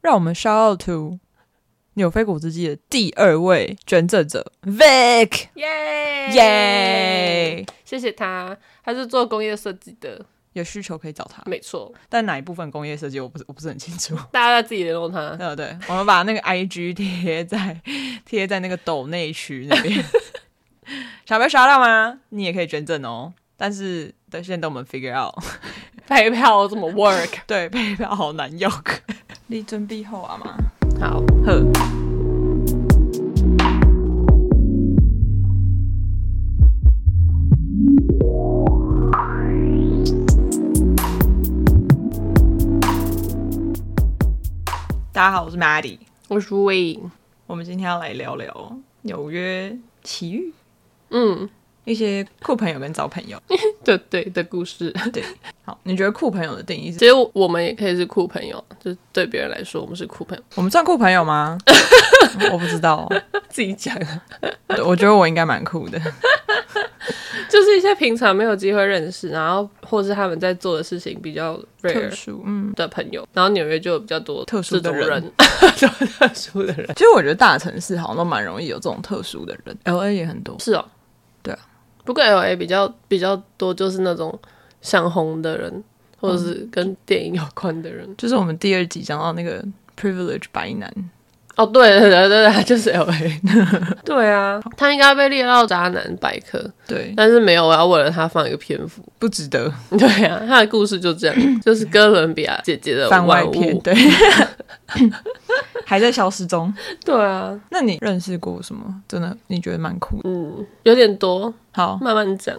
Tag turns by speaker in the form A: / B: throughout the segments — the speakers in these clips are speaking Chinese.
A: 让我们 shout out to 纽非谷之记的第二位捐赠者 Vic，
B: 耶
A: 耶，
B: 谢谢他，他是做工业设计的，
A: 有需求可以找他，
B: 没错，
A: 但哪一部分工业设计我不是我不是很清 楚。
B: 大家要自己联络他。
A: 对对，我们把那个 IG 贴在贴在那个抖内区那 边。小白刷到吗？你也可以捐赠哦，但是但现在等我们 figure out。
B: PayPal 怎么 work？
A: 对，配票好难用。 你准备好啊吗？
B: 好，
A: 呵，大家好，我是 Maddie。
B: 我是 We，
A: 我们今天要来聊聊纽约奇遇，
B: 嗯，
A: 一些酷朋友跟糟朋友。
B: 对对的故事。
A: 对，好，你觉得酷朋友的定义是？
B: 其实我们也可以是酷朋友，就是对别人来说我们是酷朋友，
A: 我们算酷朋友吗？我不知道，
B: 自己讲啊，
A: 对我觉得我应该蛮酷的。
B: 就是一些平常没有机会认识，然后或是他们在做的事情比较
A: 特
B: rare
A: 殊，嗯，
B: 的朋友，然后纽约就有比较多
A: 特殊的
B: 这种
A: 人
B: 人， 特殊的人
A: 其实我觉得大城市好像都蛮容易有这种特殊的人，L A 也很多。
B: 是哦，
A: 对啊，
B: 不过 L A 比较比较多就是那种想红的人，或者
A: 嗯
B: 是跟电影有关的人。
A: 就是我们第二集讲到那个 privilege 白男，
B: 哦，对对对对，对，就是 L A。对啊，他应该被列到渣男百科，
A: 对，
B: 但是没有，我要为了他放一个篇幅。
A: 不值得
B: 对啊，他的故事就 这样，就是哥伦比亚姐姐的
A: 番外
B: 万物
A: 篇，。对，呃哦 还在消失中。
B: 对啊，
A: 那你认识过什么？真的你觉得蛮酷的？
B: 嗯，有点多，
A: 好，
B: 慢慢讲。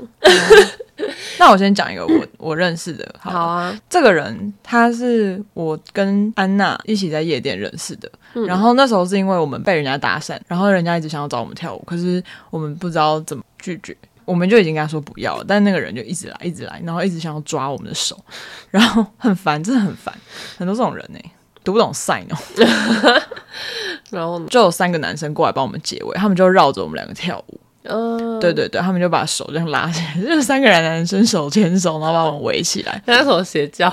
A: 那我先讲一个我我认识的，好了，
B: 啊，
A: 这个人他是我跟安娜一起在夜店认识的，然后那时候是因为我们被人家搭讪，然后人家一直想要找我们跳舞，可是我们不知道怎么拒绝。我们就已经跟他说不要了，但那个人就一直来，一直来，然后一直想要抓我们的手，然后很烦，真的很烦，很多这种人呢、读不懂 sign 哦。
B: 然后呢？
A: 就有三个男生过来帮我们结尾，他们就绕着我们两个跳舞，
B: 嗯，
A: 对对对，他们就把手这样拉起来，就是三个男男生手牵手，然后把我们围起来，
B: 那是什么邪教？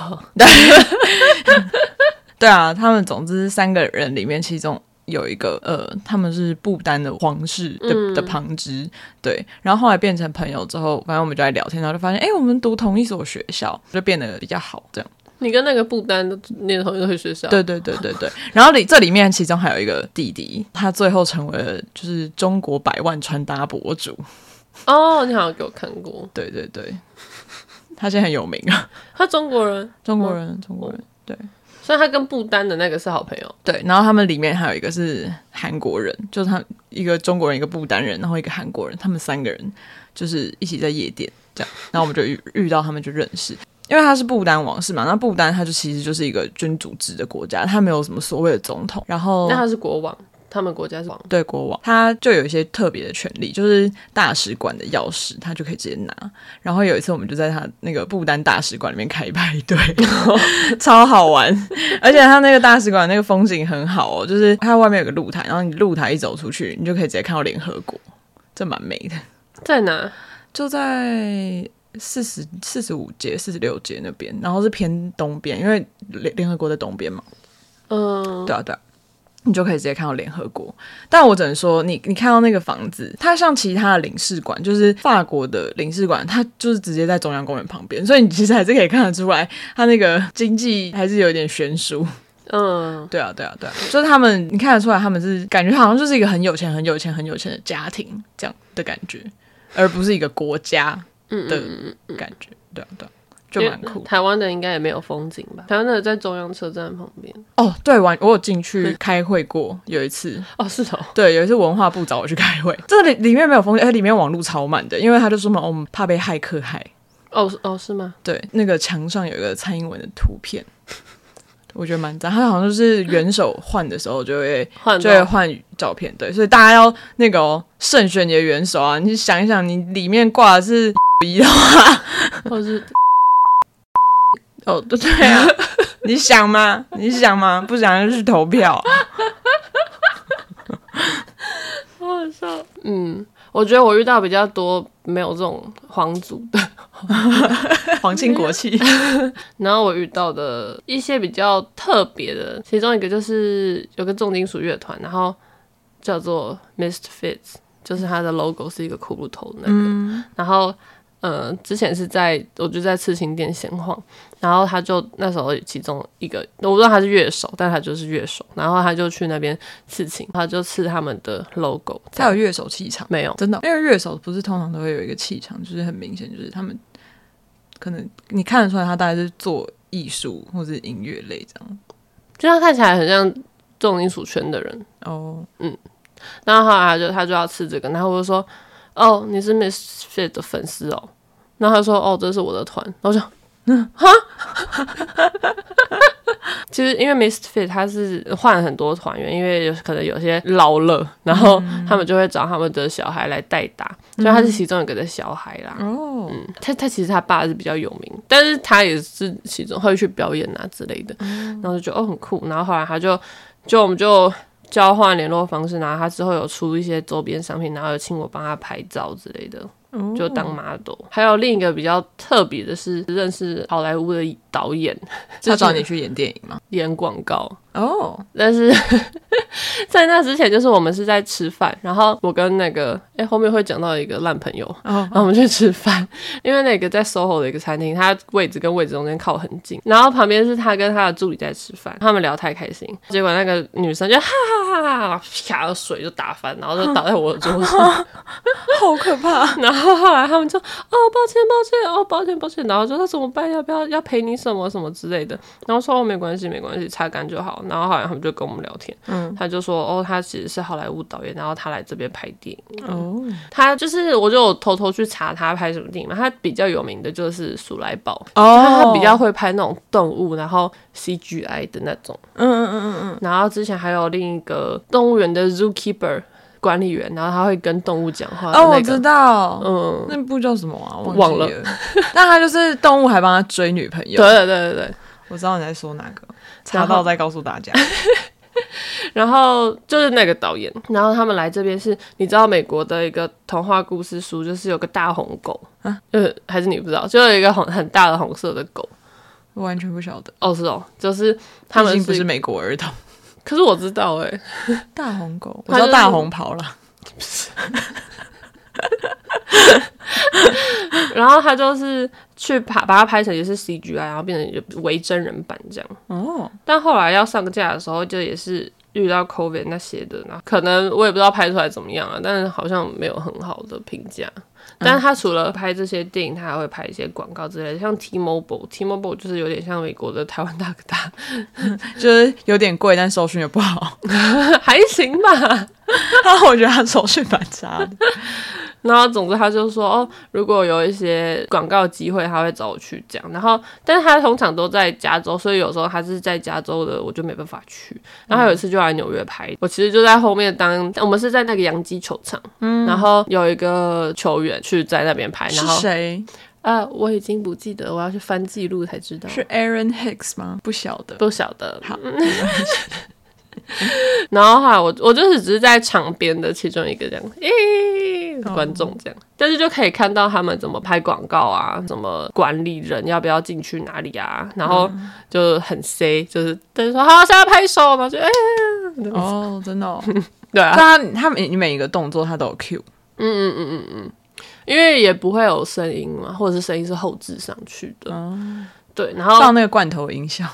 A: 对啊，他们总之三个人里面，其中有一个呃，他们是不丹的皇室的、的旁支，对。然后后来变成朋友之后，反正我们就在聊天，然后就发现，哎、我们读同一所学校，就变得比较好，这样。
B: 你跟那个不丹的念同一个学校？
A: 对对对对对。然后里这里面其中还有一个弟弟，他最后成为了就是中国百万穿搭博主，
B: 哦，你好像给我看过，
A: 对对对，他现在很有名啊，
B: 他中国人，
A: 中国人，中国人。对
B: 所以他跟不丹的那个是好朋友。
A: 对，然后他们里面还有一个是韩国人，就是他一个中国人，一个不丹人，然后一个韩国人，他们三个人就是一起在夜店这样，然后我们就遇遇到他们就认识。因为他是不丹王室嘛，那不丹他就其实就是一个君主制的国家，他没有什么所谓的总统，然后
B: 那他是国王，他们国家是王。
A: 对国王，他就有一些特别的权利，就是大使馆的钥匙，他就可以直接拿。然后有一次，我们就在他那个不丹大使馆里面开派对，超好玩。而且他那个大使馆那个风景很好哦，就是它外面有个露台，然后你露台一走出去，你就可以直接看到联合国，这蛮美的。
B: 在哪？
A: 就在四十四十五街、四十六街那边，然后是偏东边，因为联联合国在东边嘛。
B: 嗯，
A: 对啊，对啊，你就可以直接看到联合国。但我只能说，你你看到那个房子，它像其他的领事馆，就是法国的领事馆，它就是直接在中央公园旁边，所以你其实还是可以看得出来，它那个经济还是有点悬殊。
B: 嗯，
A: 对啊，对啊，对啊，就是他们，你看得出来，他们是感觉好像就是一个很有钱、很有钱、很有钱的家庭这样的感觉，而不是一个国家
B: 嗯
A: 的感觉。对啊，对啊。就蛮
B: 因为嗯
A: 酷
B: 台湾的应该也没有风景吧？台湾的在中央车站旁边。
A: 哦，对，完我有进去开会过，有一次，
B: 哦，是哦，
A: 对，有一次文化部找我去开会，这里里面没有风景，而且里面网络超慢的，因为他就说嘛，哦我们怕被骇客害。
B: 哦是哦是吗？
A: 对，那个墙上有一个蔡英文的图片，我觉得蛮赞。他好像就是元首换的时候就 会
B: 换哦
A: 就会换照片，对，所以大家要那个、哦、慎选你的元首啊！你想一想，你里面挂的是 一的话，
B: 或是
A: 哦，对对 啊， 你想吗？你想吗？不想就去投 票。
B: 好好笑。嗯，我觉得我遇到比较多没有这种皇族的
A: 皇亲国戚，
B: 然后我遇到的一些比较特别的，其中一个就是有个重金属乐团，然后叫做 Misfits，就是它的 logo 是一个骷髅头的那个。然后，呃，之前是在我就在刺青店闲晃，然后他就那时候其中一个我不知道他是乐手，但他就是乐手，然后他就去那边刺青，他就刺他们的 logo，这
A: 才
B: 样
A: 有乐手气场。
B: 没有
A: 真的，因为乐手不是通常都会有一个气场，就是很明显，就是他们可能你看得出来，他大概是做艺术或是音乐类这样。
B: 就他看起来很像重金属圈的人。
A: 哦，
B: 然后后来他就他就要吃这个，然后我就说：“哦，你是 Misfit 的粉丝哦。”然后他说：“哦，这是我的团。”然后我就嗯哈， 其实因为 Misfit 他是换了很多团员，因为有可能有些老了，然后他们就会找他们的小孩来代打，所以他是其中一个的小孩啦。
A: 哦，
B: 他他其实他爸是比较有名，但是他也是其中会去表演啊之类的，
A: 嗯
B: 然后就觉得哦很酷，然后后来他就就我们就交换联络方式，然后他之后有出一些周边商品，然后有请我帮他拍照之类的，
A: 哦
B: 就当
A: 嗯
B: model。还有另一个比较特别的是认识好莱坞的导演，
A: 就找你去演电影嘛。
B: 演广告，
A: 哦，
B: 但是 在那之前就是我们是在吃饭，然后我跟那个哎、后面会讲到一个烂朋友，
A: 哦，
B: 然后我们去吃饭，因为那个在 SOHO 的一个餐厅，它位置跟位置中间靠很近，然后旁边是他跟他的助理在吃饭，他们聊太开心，结果那个女生就哈哈哈哈，啪水就打翻，然后就打在我的桌上，
A: 好可怕！
B: 然后后来他们就哦抱歉抱歉哦抱歉抱歉，然后就那怎么办？要不要要赔你什么什么之类的？然后说哦没关系没关系，擦干就好。然后后来他们就跟我们聊天，
A: 嗯，
B: 他就说哦他其实是好莱坞导演，然后他来这边拍电 影。
A: 哦，
B: 他就是，我就有偷偷去查他拍什么电影嘛。他比较有名的就是《鼠来宝》
A: 哦
B: 他他比较，会拍那种动物，然后 CGI 的那种。
A: 嗯嗯嗯嗯
B: 然后之前还有另一个动物园的 Zookeeper 管理员，然后他会跟动物讲话
A: 嗯，
B: 的
A: 哦，我
B: 那
A: 知
B: 个。
A: 道，
B: 嗯，
A: 那部叫什么啊？我
B: 忘
A: 记了。 但他就是动物还帮他追女朋
B: 对
A: 友。，
B: 对对对对。
A: 我知道你在说哪个，查
B: 然后
A: 到再告诉大家。
B: 然后就是那个导演，然后他们来这边是，你知道美国的一个童话故事书，就是有个大红狗，
A: 啊
B: 呃，还是你不知道，就有一个很很大的红色的狗。
A: 我完全不晓得，
B: 哦，是哦，就是他
A: 毕
B: 们
A: 竟不是美国儿童。
B: 可是我知道哎、
A: 大红狗，我
B: 它
A: 知
B: 就是
A: 道大红袍啦。
B: 然后他就是去把把它拍成也是 CGI，然后变成就为真人版这样。
A: 哦，
B: 但后来要上架的时候，就也是遇到 COVID 那些的，然后可能我也不知道拍出来怎么样啊，但是好像没有很好的评价。但是他除了拍这些电影，他还会拍一些广告之类的，像 T-Mobile，T-Mobile 就是有点像美国的台湾大哥大，
A: 就是有点贵，但手续也不好。
B: 还行吧。
A: 然后我觉得他手续蛮差的。
B: 然后总之他就说哦，如果有一些广告机会，他会找我去讲。然后，但是他通常都在加州，所以有时候他是在加州的，我就没办法去。然后有一次就来纽约拍，我其实就在后面当，我们是在那个洋基球场，嗯，然后有一个球员去在那边拍，然
A: 是
B: 后
A: 谁？
B: 呃，我已经不记得，我要去翻记录才知道，
A: 是 Aaron Hicks 吗？不晓得。
B: 不晓得。
A: 好，
B: 然后哈，我我就是只是在场边的其中一个这样，诶、观众这样，但是就可以看到他们怎么拍广告啊，怎么管理人要不要进去哪里啊，然后就很 C，就是等于说好，现在拍手，然后就诶、
A: 哦，真 的哦。
B: 对啊，
A: 他他每你每一个动作他都有 cue。
B: 因为也不会有声音嘛，或者是声音是后置上去的，对，然后
A: 放那个罐头音效。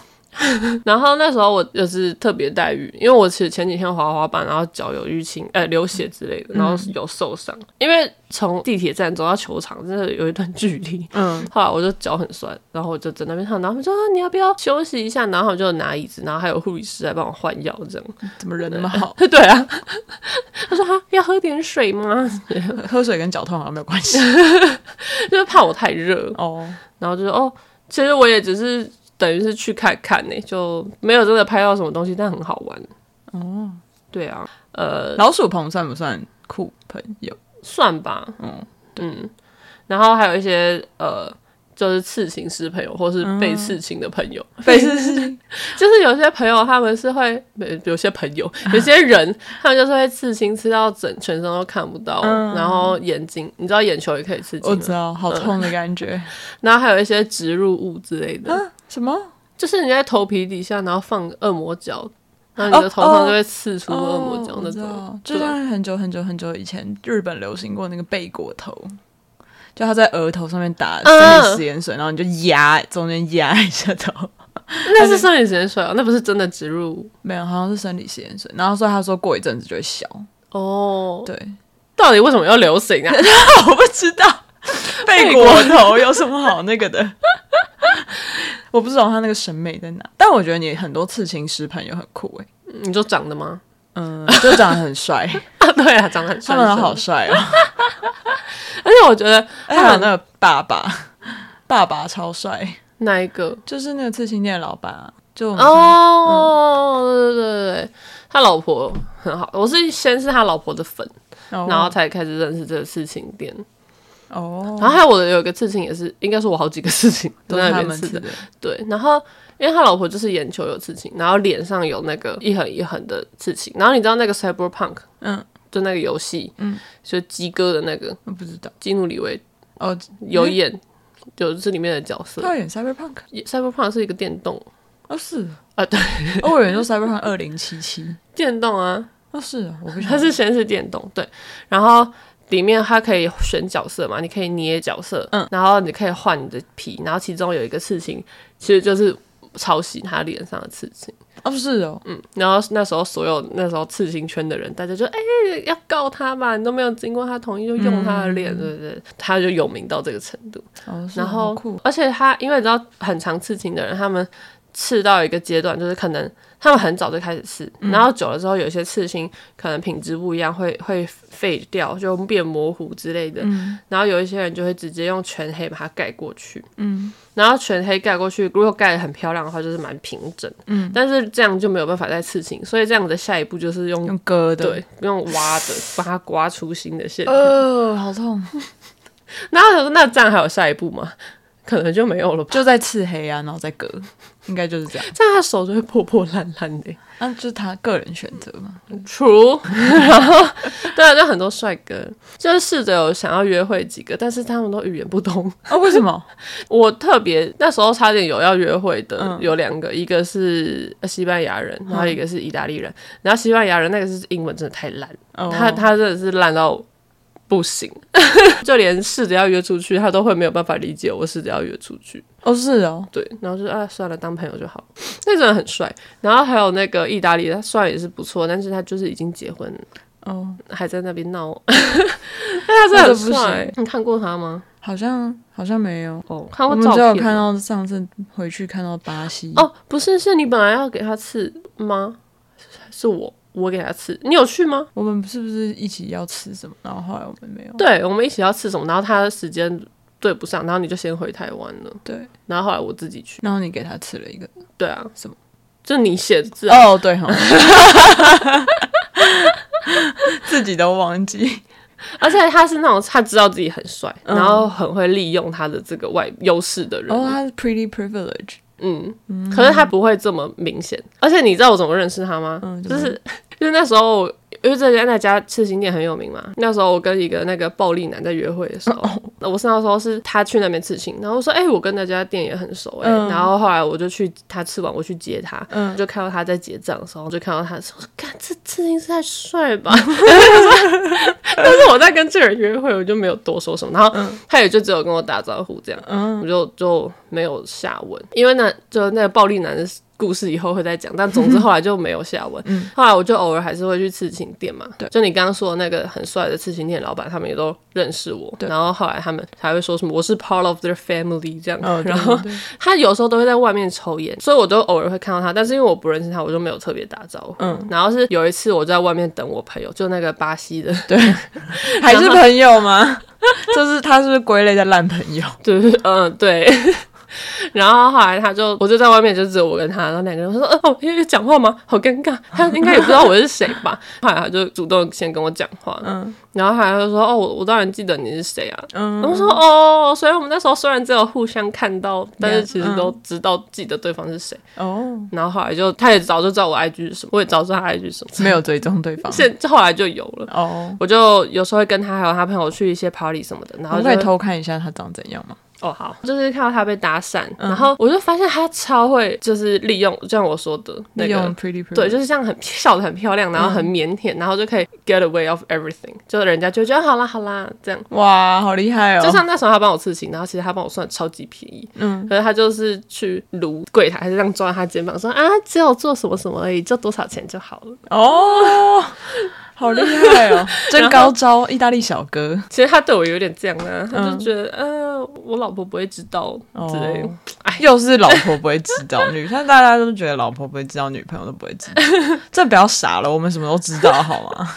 B: 然后那时候我就是特别待遇，因为我其实前几天滑滑板，然后脚有淤青，呃，流血之类的，然后有受伤。因为从地铁站走到球场真的有一段距离，
A: 嗯，
B: 后来我就脚很酸，然后我就在那边躺，然后他们说、啊、你要不要休息一下，然后他们就拿椅子，然后还有护理师来帮我换药，这样。
A: 怎么人那么好？
B: 对啊， 他说啊要喝点水吗？
A: 喝水跟脚痛好像没有关 系。
B: 就是怕我太热，
A: 哦，
B: 然后就说哦，其实我也只是等于是去看看呢、就没有真的拍到什么东西，但很好玩。哦，对啊，呃，
A: 老鼠棚算不算 酷朋友？
B: 算吧，嗯嗯，然后还有一些呃。就是刺青师朋友，或是被刺青的朋友，
A: 嗯被刺青，
B: 就是有些朋友他们是会，呃有些朋 友，有些人他们就是会刺青，刺到整全身都看不到，
A: 嗯
B: 然后眼睛，你知道眼球也可以刺
A: 我
B: 青
A: 知
B: 吗，
A: 道，好痛的感 觉。
B: 然后还有一些植入物之类的，
A: 啊，什么？
B: 就是你在头皮底下，然后放恶魔角，然后你的头上就会刺出恶魔角
A: 哦
B: 那
A: 我知
B: 种，
A: 道就
B: 对啊
A: 像很久很久很久以前日本流行过那个贝果头。就他在额头上面打生理食盐水，然后你就压中间压一下头，
B: 那是生理盐水啊，那不是真的植入物
A: 没有，好像是生理食盐水。然后所以他说过一阵子就会消，
B: 哦。
A: 对，
B: 到底为什么要流行 啊？
A: 我不知道贝果头有什么好那个 的，我不知道他那个审美在哪。但我觉得你很多刺青师朋友很酷哎、
B: 你就长得吗？
A: 嗯，就长得很 帅，
B: 啊，对啊，长得很帅
A: 他们都好帅 哦。
B: 而且我觉得
A: 而且还有那个爸爸，爸爸超帅，
B: 那一个
A: 就是那个刺青店的老板、啊，就我们
B: 哦，对对对对，他老婆很好，我是先是他老婆的粉，
A: 然
B: 然后才开始认识这个刺青店，
A: 哦，
B: 然后还有我的有一个刺青也是，应该是我好几个刺青
A: 都
B: 都在
A: 是
B: 那
A: 他
B: 边
A: 们
B: 刺
A: 刺
B: 的，
A: 的，
B: 对，然后因为他老婆就是眼球有刺青，然后脸上有那个一横一横的刺青，然后你知道那个 Cyberpunk
A: 嗯，
B: 就那个游戏，
A: 嗯，
B: 就鸡哥的那个
A: 我不知道
B: 基努里维
A: 哦，
B: 有演，就是里面的角色
A: 他。有演 Cyberpunk
B: Cyberpunk 是一个电动
A: 哦是
B: 啊，对，
A: 哦我以为说 Cyberpunk 二零七七
B: 电动啊，
A: 哦是啊，我不晓
B: 它
A: 得
B: 是先是电动，对，然后里面它可以选角色嘛，你可以捏角色，
A: 嗯，
B: 然后你可以换你的皮，然后其中有一个刺青，其实就是抄袭他脸上的刺青，
A: 哦是哦，
B: 嗯，然后那时候所有那时候刺青圈的人，大家就哎、要告他吧，你都没有经过他同意就用他的脸，对不对？他就有名到这个程度，
A: 哦是
B: 然后
A: 好酷
B: 而且他因为你知道很常刺青的人，他们刺到一个阶段，就是可能他们很早就开始刺，
A: 嗯
B: 然后久了之后，有些刺青可能品质不一样，会会废掉，就变模糊之类的。
A: 嗯
B: 然后有一些人就会直接用全黑把它盖过去，
A: 嗯
B: 然后全黑盖过去，如果盖得很漂亮的话，就是蛮平整。
A: 嗯，
B: 但是这样就没有办法再刺青，所以这样的下一步就是用。
A: 用割的
B: 对，用挖的把它刮出新的线条。
A: 呃好痛，
B: 然后我想说那这样还有下一步吗？可能就没有了吧。
A: 就在刺黑啊，然后再割，应该就是这样，
B: 这样他手就会破破烂烂的。
A: 那、就是他个人选择嘛，
B: True，然 后对啊，就很多帅哥，就是试着有想要约会几个，但是他们都语言不通。
A: 啊为什么？
B: 我特别那时候差点有要约会的，
A: 嗯
B: 有两个，一个是呃西班牙人，然后一个是意大利人。然后西班牙人那个是英文真的太烂，
A: 哦
B: 他他真的是烂到不行， 就连试着要约出去，他都会没有办法理解我试着要约出去。
A: 哦是哦，
B: 对，然后就啊，算了， 当朋友就好。那个人很帅，然后还有那个意大利，他虽然也是不错，但是他就是已经结婚，
A: 哦
B: 还在那边闹。 但他真的很
A: 那就
B: 帅，你看过他吗？
A: 好像好像没有。
B: 哦，看
A: 我
B: 过
A: 们
B: 照
A: 只有
B: 片。
A: 看到上次回去看到巴西，
B: 哦，不是，是你本来要给他刺吗？是我，我给他刺。你有去吗？
A: 我们是不是一起要吃什么？然后后来我们没有。
B: 对，我们一起要刺什么，然后他时间对不上，然后你就先回台湾了，
A: 对，
B: 然后后来我自己去。
A: 然后你给他吃了一个
B: 对啊，
A: 什么？
B: 就你写的字啊。
A: 哦，对哈， 自己都忘记。
B: 而且他是那种他知道自己很帅，
A: 嗯
B: 然后很会利用他的这个外优势的人。
A: 然后哦他是 pretty privilege，
B: 嗯，可是他不会这么明显。而且你知道我怎么认识他吗？
A: 嗯
B: 就
A: 怎么
B: 是就是那时候我。因为这家那家刺青店很有名嘛，那时候我跟一个那个暴力男在约会的时候，
A: 哦
B: 我是那时候是他去那边刺青，然后我说哎、我跟那家店也很熟哎、
A: 嗯
B: 然后后来我就去他吃完我去接他，
A: 嗯
B: 就看到他在结账的时候，就看到他说，看这刺青师太帅了 吧，但是我在跟这个人约会，我就没有多说什么，然后他也就只有跟我打招呼这样，
A: 嗯
B: 我就就没有下文，因为那就那个暴力男的故事以后会再讲，但总之后来就没有下文。 后来我就偶尔还是会去刺青店嘛，
A: 嗯对
B: 就你刚刚说的那个很帅的刺青店老板，他们也都认识我，
A: 对
B: 然后后来他们还会说什么我是 part of their family 这样，
A: 哦，对
B: 然后
A: 对对
B: 他有时候都会在外面抽烟，所以我都偶尔会看到他，但是因为我不认识他，我就没有特别打招呼。
A: 嗯
B: 然后是有一次我在外面等我朋友，就那个巴西的，
A: 还 是朋友吗？就是他是不是归类在烂朋友？
B: 就是嗯对，然后后来他就，我就在外面，就只有我跟他，然后两个人我说，哦，因为讲话吗？好尴尬，他应该也不知道我是谁吧？后来他就主动先跟我讲话，
A: 嗯
B: 然后后来他就说，哦，我我当然记得你是谁啊。然后
A: 嗯
B: 我说，哦，所以我们那时候虽然只有互相看到，但是其实都
A: 嗯
B: 知道记得对方是谁。
A: 哦，
B: 然后后来就，他也早就知道我 IG 是什么，我也早知道他 IG 是什么，
A: 没有追踪对方
B: 现后来就有了。
A: 哦。
B: 我就有时候会跟他还有他朋友去一些 party 什么的，然后
A: 我
B: 就
A: 可
B: 会
A: 以偷看一下他长怎样吗？
B: 哦好，就是看到他被搭讪，
A: 嗯
B: 然后我就发现他超会就是利用，就像我说的那
A: 利
B: 个
A: 用。Pretty 嗯 Pretty，
B: 对，就是这样很笑得很漂亮，然后很腼腆，然后就可以 get away of everything，就人家就觉得啊好啦好啦
A: 啊
B: 这样。
A: 哇，好厉害哦！
B: 就像那时候他帮我刺青，然后其实他帮我算超级便宜，
A: 嗯，
B: 可是他就是去撸柜台，还是这样抓他肩膀说啊，只有做什么什么而已，就多少钱就好了。
A: 哦，好厉害 哦，真高招，意大利小哥
B: 其实他对我有点这样啊，他就
A: 嗯
B: 觉得、呃，我老婆不会知道之类的。
A: 哦。 又是老婆不会知道，女生大家都觉得老婆不会知道，女朋友都不会 知道，这不要傻了，我们什么都知道好 吗？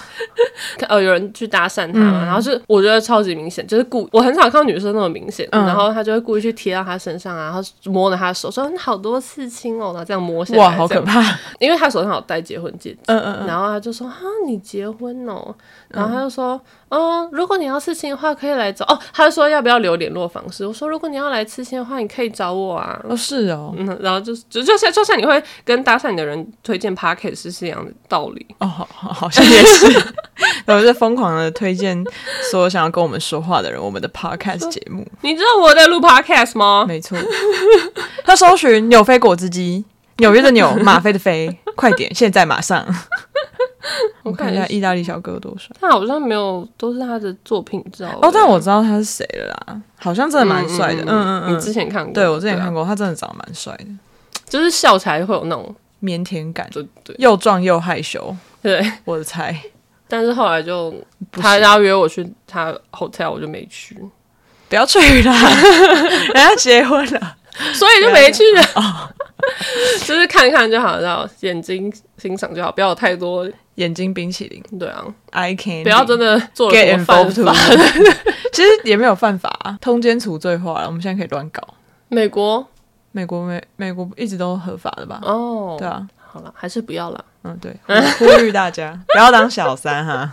B: 看呃，有人去搭讪他
A: 嗯
B: 嘛，然后是我觉得超级明显，就是故我很少看到女生那么明显，
A: 嗯
B: 然后他就会故意去贴到他身上啊，然后摸着他的手说你好多刺青哦，然后这样摸下来，
A: 哇，好可
B: 这样！
A: 怕！
B: 因为他手上有戴结婚戒指，
A: 嗯嗯嗯，
B: 然后他就说啊你结婚哦，然后他就说嗯，如果你要刺青的话可以来找哦，他就说要不要留联络方式，我说如果你要来刺青的话你可以找我啊。
A: 哦是哦，
B: 嗯，然后就是就就像就像你会跟搭讪你的人推荐 p a c k e t 是是一样的道理，
A: 哦好好好像也是，我在疯狂的推荐所有想要跟我们说话的人，我们 的 podcast 节目，
B: 你知道我在录 podcast 吗？
A: 没错，他搜寻纽菲果汁机。纽约的纽，吗啡的啡，快点，现在马上！我
B: 我
A: 看一
B: 下
A: 下意大利小哥有多帅。
B: 他好像没有，都是他的作品照
A: 哦，但我知道他是谁了啦，好像真的蛮帅的。嗯嗯嗯，
B: 你之前看过？
A: 对我啊之前看
B: 过，
A: 过，他真的长得蛮帅的，
B: 就是笑起来会有那种，
A: 腼腆感，
B: 对对
A: 又壮又害羞，
B: 对。
A: 我的菜。
B: 但是后来就
A: 不
B: 他
A: 行
B: 要约我去他 hotel，我就没去，
A: 不要吹啦， 人家结婚了。
B: 所以就没去了。
A: 哦
B: 就是看看就好，然后眼睛欣赏就好，不要有太多。
A: 眼睛冰淇淋
B: 对啊，
A: ，I can
B: 不要真的做了
A: get
B: 什么犯
A: involved
B: 法。
A: too。其 实也没有犯法、啊，通奸除罪化了，我们现在可以乱搞。
B: 美国
A: 美国美美国一直都合法的吧？
B: 哦，
A: 对啊，
B: 好了，还是不要了。
A: 嗯对，呼呼吁大家 不要当小三哈。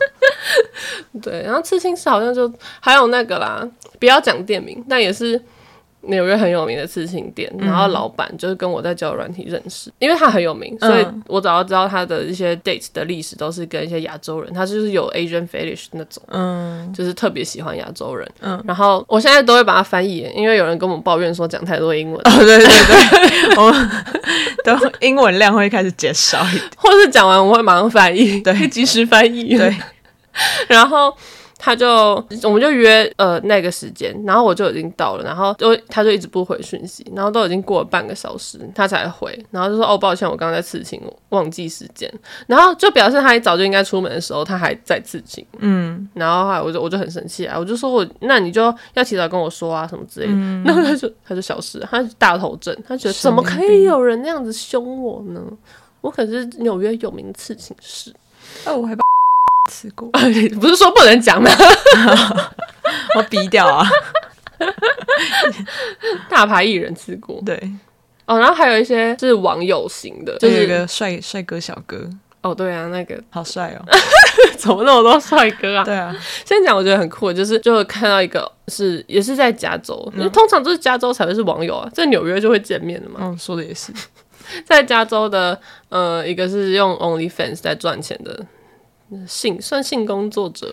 B: 对，然后刺青师好像就还有那个啦，不要讲店名，但也是纽约很有名的刺青店。然
A: 嗯
B: 后老板就是跟我在交友软体认识，因为他很有名，所以
A: 嗯
B: 我早就知道他的一些 date 的历史都是跟一些亚洲人，他就是有 Asian fetish 那种。
A: 嗯，
B: 就是特别喜欢亚洲人，
A: 嗯
B: 然后我现在都会把它翻译，因为有人跟我们抱怨说讲太多英文，
A: 哦对对对， 我们都英文量会开始减少一点。
B: 或是讲完我会马上翻译，
A: 对
B: 会及时翻译，
A: 对，
B: 然后他就我们就约呃那个时间，然后我就已经到了，然后就他就一直不回讯息，然后都已经过了半个小时，他才回，然后就说哦抱歉，我刚刚在刺青，我忘记时间，然后就表示他一早就应该出门的时候，他还在刺青，
A: 嗯，
B: 然后后来我就我就很生气啊，我就说我那你就要提早跟我说啊什么之类的，然后他就他就消失了，他大头症，他觉得
A: 神经
B: 怎么可以有人那样子凶我呢？我可是纽约有名的刺青师，
A: 哦，我还把 吃过，
B: 不是说不能讲吗？
A: 我逼掉啊。
B: 大牌艺人吃过呃
A: 对，
B: 哦，然后还有一些是网友型的，就
A: 就有一
B: 是
A: 个帅帅哥小哥，
B: 哦，对啊，那个
A: 好帅哦。
B: 怎么那么多帅哥 啊？
A: 对啊，
B: 先讲我觉得很酷的，就是就看到一个是也是在加州，
A: 嗯
B: 因为通常都是加州才会是网友啊，在纽约就会见面的嘛。
A: 嗯，说的也是。嗯
B: 在加州的呃，一个是用 OnlyFans 在赚钱的嗯性算性工作者，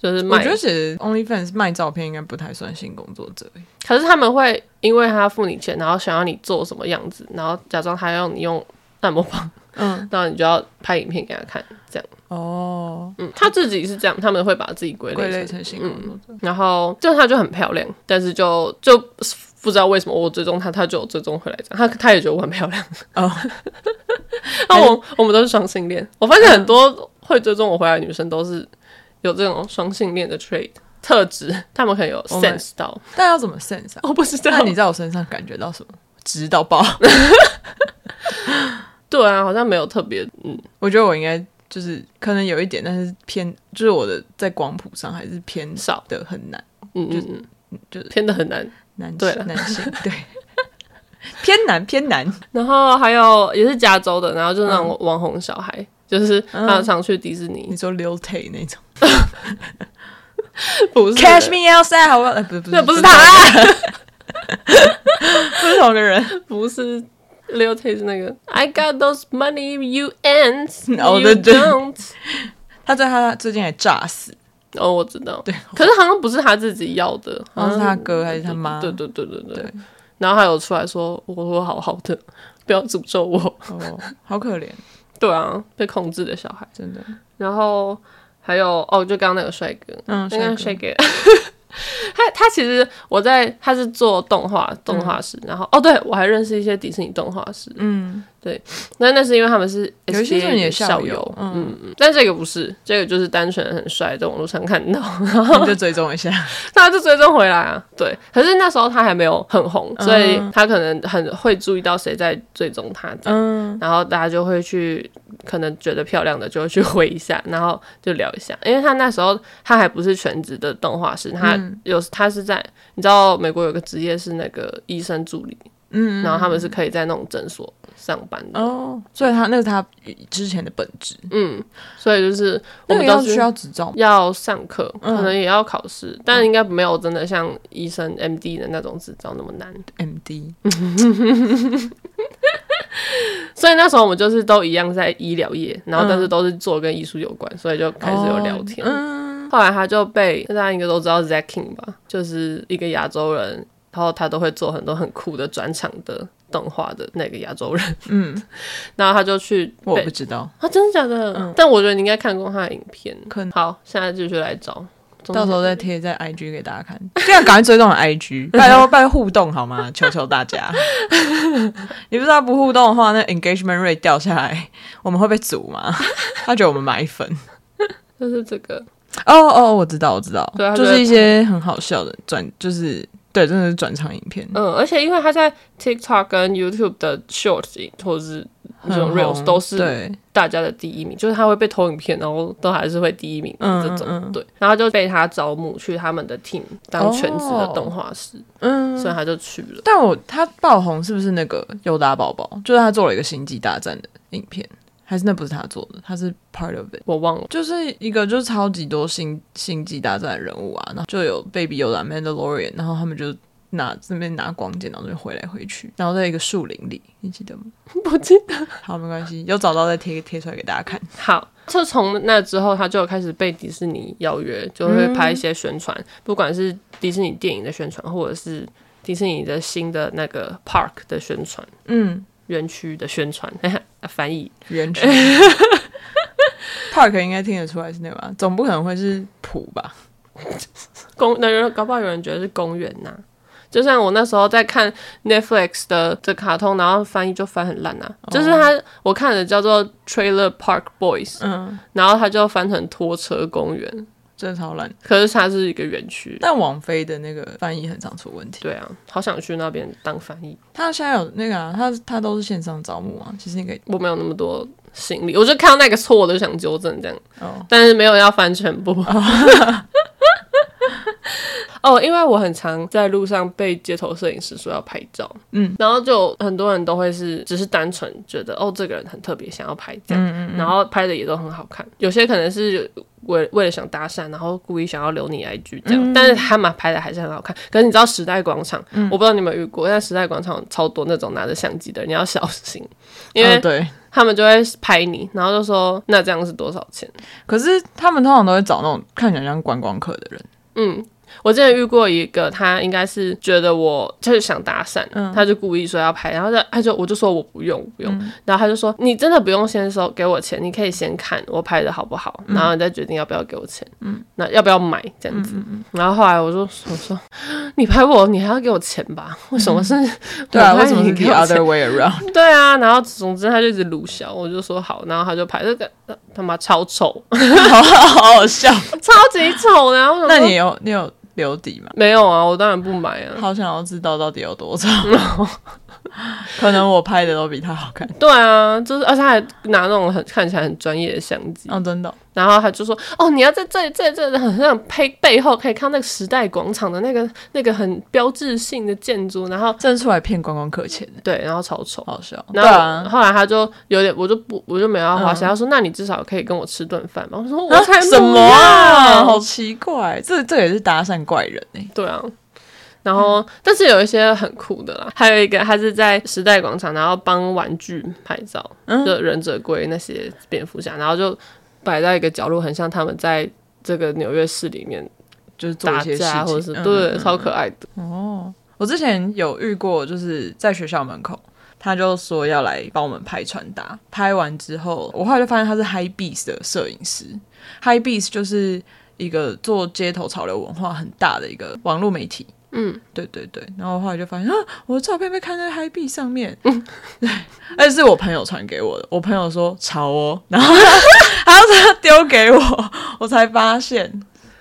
B: 就是
A: 我
B: 卖
A: 觉，得其实 OnlyFans 卖照片应该不太算性工作者欸。
B: 可是他们会因为他付你钱，然后想要你做什么样子，然后假装他要你用按摩棒，
A: 嗯，
B: 然后你就要拍影片给他看，这样。
A: 哦，
B: 嗯，他自己是这样，他们会把自己归类
A: 归类
B: 成嗯
A: 成性工作者。
B: 然后就她就很漂亮，但是就就不知道为什么我追踪她，她就有追踪回来这样，她她也觉得我很漂亮。
A: 哦，
B: 那我我们都是双性恋，我发现很多会追踪我回来的女生都是有这种双性恋的 trait 特质，她们可能有
A: 我们
B: sense 到，
A: 但要怎么 sense 啊？
B: 我不知道
A: 那。你在我身上感觉到什么？直到爆。
B: 对啊，好像没有特别嗯，
A: 我觉得我应该就是可能有一点，但是偏就是我的在光谱上还是偏
B: 少
A: 的很难
B: 嗯嗯嗯，
A: 就是
B: 偏的很难。
A: 男
B: 对了啊
A: 男性对。偏南偏南，
B: 然后还有也是加州的，然后就是那
A: 嗯
B: 种网红小孩，就是他常去迪士尼
A: 你，说 Lil Tay 那种
B: 不是
A: ，Catch me outside，好不好？哎不是不
B: 这
A: 是
B: 不是他，啊，
A: 不是同一个人。
B: 不是 Lil Tay 是那个 I got those money you ants，
A: 哦
B: you
A: 对对
B: don't。
A: 他在他最近还炸死，
B: 哦，我知道，
A: 对，
B: 可是好像不是他自己要的，
A: 好像是他哥还是他妈
B: 对对对对
A: 嗯
B: 对。
A: 对
B: 然后还有出来说，我说好好的， 不要诅咒我。
A: 哦，好可怜，
B: 对啊，被控制的小孩。
A: 真的。
B: 然后还有哦，就刚刚那个帅哥，
A: 嗯，
B: 那个帅
A: 帅哥
B: 哥， 他他其实我在他是做动画动画师，然后哦对我还认识一些迪士尼动画师，
A: 嗯，
B: 那那是因为他们是
A: 有一些
B: SBA
A: 是你的校
B: 校
A: 友
B: 友，
A: 嗯
B: 嗯嗯，但这个不是，这个就是单纯很帅，在网络上看到，
A: 你就追踪一下。
B: 他就追踪回来啊。对，可是那时候他还没有很红，
A: 嗯
B: 所以他可能很会注意到谁在追踪他这 样。
A: 嗯，
B: 然后大家就会去，可能觉得漂亮的就会去回一下，然后就聊一下。因为他那时候他还不是全职的动画师，他
A: 嗯
B: 有他是在你知道美国有个职业是那个医生助理，
A: 嗯，
B: 然后他们是可以在那种诊所上班的，
A: 哦，所以他那是他之前的本质，
B: 嗯，所以就是我
A: 那个
B: 们
A: 要
B: 都
A: 需
B: 是
A: 要执照吗？
B: 要上课，
A: 嗯
B: 可能也要考试，但应该没有真的像医生 MD 的那种执照那么难。
A: MD，
B: 所以那时候我们就是都一样在医疗业，然后但是都是做跟艺术有关，所以就开始有聊天。
A: 嗯，
B: 后来他就被大家应该都知道 z a c k i n 吧，就是一个亚洲人，然后他都会做很多很酷的转场的动画的那个亚洲人，
A: 嗯，
B: 然后他就去
A: 我
B: 被
A: 不知道，
B: 啊，真的假的？
A: 嗯
B: 但我觉得你应该看过他的影片，
A: 可能
B: 好，现在继续来找，
A: 到时候再贴在 IG 给大家看。这样赶快追踪我的 IG，拜托拜托互动好吗？求求大家！ 你不知道不互动的话，那 engagement rate 掉下来，我们会被阻吗？他觉得我们买粉。
B: 就是这个，
A: 哦哦，我知道，我知道
B: 对啊他，
A: 就
B: 觉得
A: 是一些很好笑的转，就是对，真的是转场影片，
B: 嗯，而且因为他在 TikTok 跟 YouTube 的 Shorts 或者是这
A: 很
B: 种
A: 红
B: Reels 都是
A: 对，
B: 大家的第一名，就是他会被投影片，然后都还是会第一名
A: 嗯
B: 这种，
A: 嗯嗯
B: 对，然后就被他招募去他们的 team 当全职
A: 哦
B: 的动画师，
A: 嗯，
B: 所以他就去了。
A: 但我他爆红是不是那个尤达宝宝？就是他做了一个星际大战的影片，还是那不是他做的？他是 part of it，
B: 我忘了，
A: 就是一个就是超级多星星际大战的人物啊，然后就有 Baby Yoda、Mandalorian，然后他们就拿这边拿光剑，然后就回来回去，然后在一个树林里，你记得吗？
B: 不记得。
A: 好，没关系，有找到再贴贴出来给大家看。
B: 好，就从那之后，他就开始被迪士尼邀约，就会拍一些宣传，不管是迪士尼电影的宣传，或者是迪士尼的新的那个 park 的宣传、
A: 嗯，
B: 园区的宣传， 翻译
A: 园区 Park 应该听得出来是那个吧？总不可能会是普吧？
B: 公，那人搞不好有人觉得是公园呐、就像我那时候在看 Netflix 的这卡通，然后翻译就翻很烂呐、啊就是他我看的叫做 Trailer Park Boys，
A: 嗯，
B: 然后他就翻成拖车公园，
A: 真的超烂。
B: 可是它是一个园区。
A: 但王菲的那个翻译很常出问题。
B: 对啊，好想去那边当翻译，
A: 他现在有那个啊，他他都是线上招募啊，其实你可以
B: 我没有那么多行李，我就看到那个错我就想纠正这样，
A: 哦，
B: 但是没有要翻全部。 哦，因为我很常在路上被街头摄影师说要拍照，
A: 嗯，
B: 然后就很多人都会是只是单纯觉得哦这个人很特别，想要拍这
A: 嗯
B: 样，然后拍的也都很好看。有些可能是为为了想搭讪，然后故意想要留你 IG 这样，
A: 嗯
B: 但是他们拍的还是很好看。可是你知道时代广场，我不知道你有没有遇过，但时代广场超多那种拿着相机的人，你要小心，因为
A: 哦对，
B: 他们就会拍你，然后就说那这样是多少钱？
A: 可是他们通常都会找那种看起来像观光客的人，
B: 嗯，我之前遇过一个，他应该是觉得我就是想搭讪，
A: 嗯
B: 他就故意说要拍，然后他他就我就说我不用我不用，然后他就说你真的不用先收给我钱，你可以先看我拍的好不好，
A: 嗯
B: 然后你再决定要不要给我钱，嗯，那要不要买这样
A: 嗯
B: 子。然后后来我就我说你拍我，你还要给我钱吧？为什么是？
A: 对啊，
B: 我
A: 为
B: 拍
A: 什么
B: 你
A: 是
B: 给
A: the
B: 我钱
A: other way around？
B: 对啊，然后总之他就一直鲁小，我就说好，然后他就拍这个他妈超丑，
A: 好 好好笑。
B: 超级丑的。然啊后 我想
A: 那
B: 说
A: 你有你有留底吗？
B: 没有啊？我当然不买啊。
A: 好想要知道到底有多少。可能我拍的都比他好看。
B: 对啊，就是而且他还拿那种很看起来很专业的相机，
A: 嗯、真的哦，
B: 然后他就说：“哦，你要在这里、这里、这里，很像背背后可以看到那个时代广场的那个那个很标志性的建筑。”然后
A: 真的出来骗观光客钱，
B: 对，然后超丑。
A: 好笑。对
B: 然后、
A: 啊，嗯
B: 后来他就有点，我就不，我就没有要花钱。他说：“那你至少可以跟我吃顿饭吧。”我说：“我才不
A: 什么啊？
B: 要
A: 好奇怪，这这也是搭讪怪人哎、
B: 对啊。然后，
A: 嗯
B: 但是有一些很酷的啦，还有一个他是在时代广场，然后帮玩具拍照，
A: 嗯
B: 就忍者龟那些蝙蝠侠，然后就摆在一个角落，很像他们在这个纽约市里面
A: 就是做一
B: 打
A: 些事
B: 架，
A: 情，
B: 或者是、
A: 嗯
B: 对，
A: 嗯
B: 超可爱的。
A: 哦，我之前有遇过，就是在学校门口，他就说要来帮我们拍穿搭。拍完之后，我后来就发现他是 High Beats 的摄影师。High Beats 就是一个做街头潮流文化很大的一个网络媒体。
B: 嗯，
A: 对对对，然后后来就发现啊，我的照片被看在 High B 上面， 对，而且是我朋友传给我的，我朋友说潮哦，然后还要他丢给我，我才发现，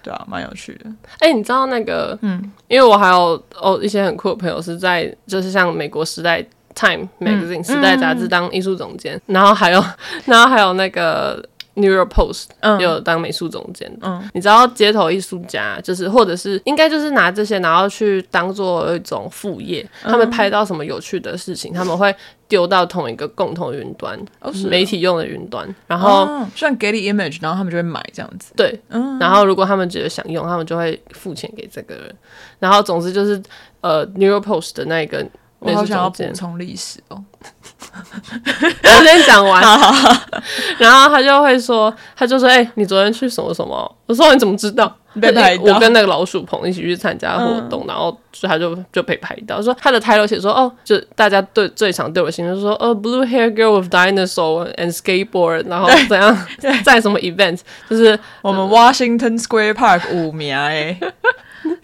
A: 对啊，蛮有趣的，
B: 哎、你知道那个，
A: 嗯，
B: 因为我还有哦一些很酷的朋友是在就是像美国时代 Time
A: 嗯
B: Magazine、时代杂志当艺术总监，然后还有 然后还有那个 New York Post
A: 嗯
B: 也有当美术总监的。
A: 嗯
B: 你知道街头艺术家就是，或者是应该就是拿这些，然后去当做一种副业。
A: 嗯
B: 他们拍到什么有趣的事情，他们会丢到同一个共同云端，
A: 哦是哦
B: 媒体用的云端。
A: 哦然
B: 然
A: 后、
B: 后、
A: 像 Getty Image，然后他们就会买这样子，
B: 对，
A: 嗯，
B: 然后如果他们觉得想用，他们就会付钱给这个人。然后总之就是呃 n e u r o Post 的那一个
A: 我
B: 美
A: 好
B: 术
A: 想要
B: 总
A: 补
B: 监，
A: 充历史哦，
B: 我先讲完。然后他就会说，他就说：“哎、你昨天去什么什么？”我说：“你怎么知道？”
A: 被拍到
B: 我跟那个老鼠朋一起去参加活动，然后就他就就被拍到，说他的 title 写说：“哦，就大家对最常对我形容说，哦，blue hair girl with dinosaur and skateboard，然后怎样在什么 event，就是
A: 我们 Washington Square Park 五名 哎、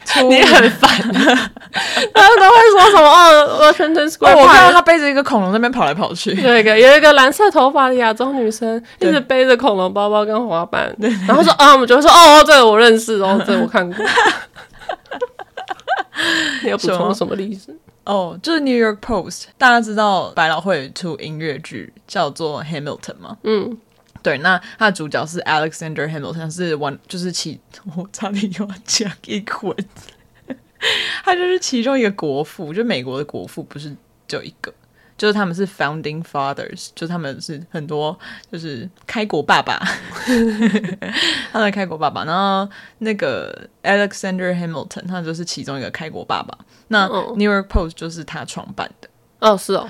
A: 出
B: 你很烦， 他们都会说什么哦，我全程 Square
A: 哦我看到
B: Park
A: 他背着一个恐龙在那边跑来跑 去，
B: 有一个有一个蓝色头发的亚洲女生，一
A: 对
B: 直背着恐龙包包跟滑板，然后说啊，我们就会说哦，哦这个我认识，哦，这个我看过。 你要补
A: 什么
B: 充什么例子？
A: 哦，就是 New York Post，大家知道百老汇出音乐剧叫做 Hamilton 吗？
B: 嗯，
A: 对，那它的主角是 Alexander Hamilton，是完就是其我差点又要讲一混，他就是其中一个国父，就美国的国父不是只有一个，就是他们是 Founding Fathers，就他们是很多就是开国爸 爸，他的开国爸爸，然后那个 Alexander Hamilton 他就是其中一个开国爸爸，那
B: 哦
A: New York Post 就是他创办的。
B: 哦，是哦，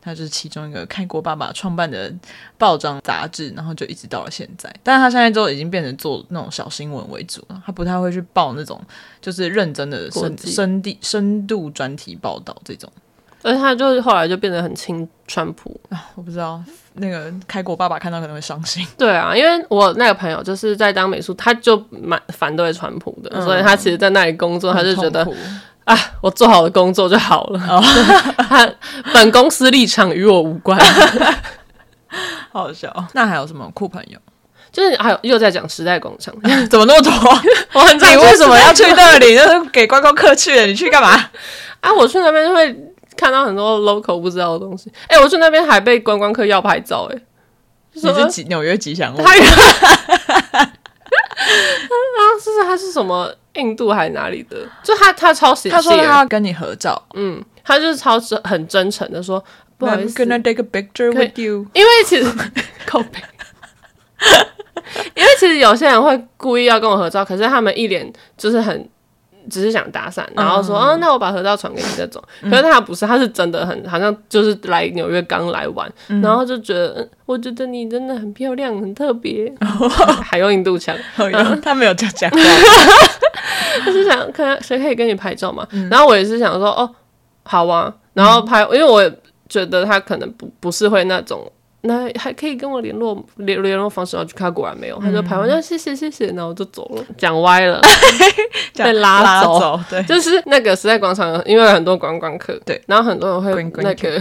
A: 他就是其中一个开国爸爸创办的报章杂志，然后就一直到了现在。但是他现在都已经变成做那种小新闻为主了，他不太会去报那种就是认真的
B: 国
A: 深
B: 际
A: 深地深度专题报道这种。
B: 而且他就后来就变得很亲川普。
A: 啊，我不知道那个开国爸爸看到可能会伤心。
B: 对啊，因为我那个朋友就是在当美术，他就蛮反对川普的，
A: 嗯
B: 所以他其实在那里工作，他就觉得
A: 很痛 苦
B: 我做好我的工作就好了。
A: 哦
B: 他本公司立场与我无关。
A: 好好笑哦。那还有什么酷朋友？
B: 就是还有又在讲时代广场，
A: 怎么那么多？
B: 我很常
A: 你
B: 去
A: 为什么要去
B: 时代广
A: 那里？那是给观光客去的，你去干嘛？
B: 啊？我去那边就会看到很多 local 不知道的东西。哎、我去那边还被观光客要拍照、哎，
A: 你
B: 说
A: 是吉纽约吉祥物？
B: 他原来，啊， 是他是什么印度还哪里的？就他他超喜
A: 他说
B: 气
A: 他
B: 人
A: 要跟你合照。
B: 嗯，他就是超真很真诚的说，不好意
A: I'm
B: 思，
A: gonna take a picture
B: 可以
A: with you.
B: 因为其实靠背，因为其实有些人会故意要跟我合照，可是他们一脸就是很只是想搭讪，然后说，哦，那我把合照传给你这种。可是他不是，他是真的很好像就是来纽约刚来玩，然后就觉得，嗯我觉得你真的很漂亮，很特别，还用印度腔，
A: 哦有
B: 嗯
A: 他没有这样讲话。
B: 就是想看谁可以跟你拍照嘛。
A: 嗯
B: 然后我也是想说，哦，好啊。然后拍，因为我也觉得他可能不不是会那种，那还可以跟我联络联联络方式。然后就他果然没有，他就拍
A: 嗯
B: 完，那、谢谢谢谢，然后我就走了，讲歪了，
A: 这样
B: 被拉走
A: 走，对，
B: 就是那个时代广场，因为有很多观光客，
A: 对，
B: 然后很多人会
A: 观光
B: 那
A: 客
B: 个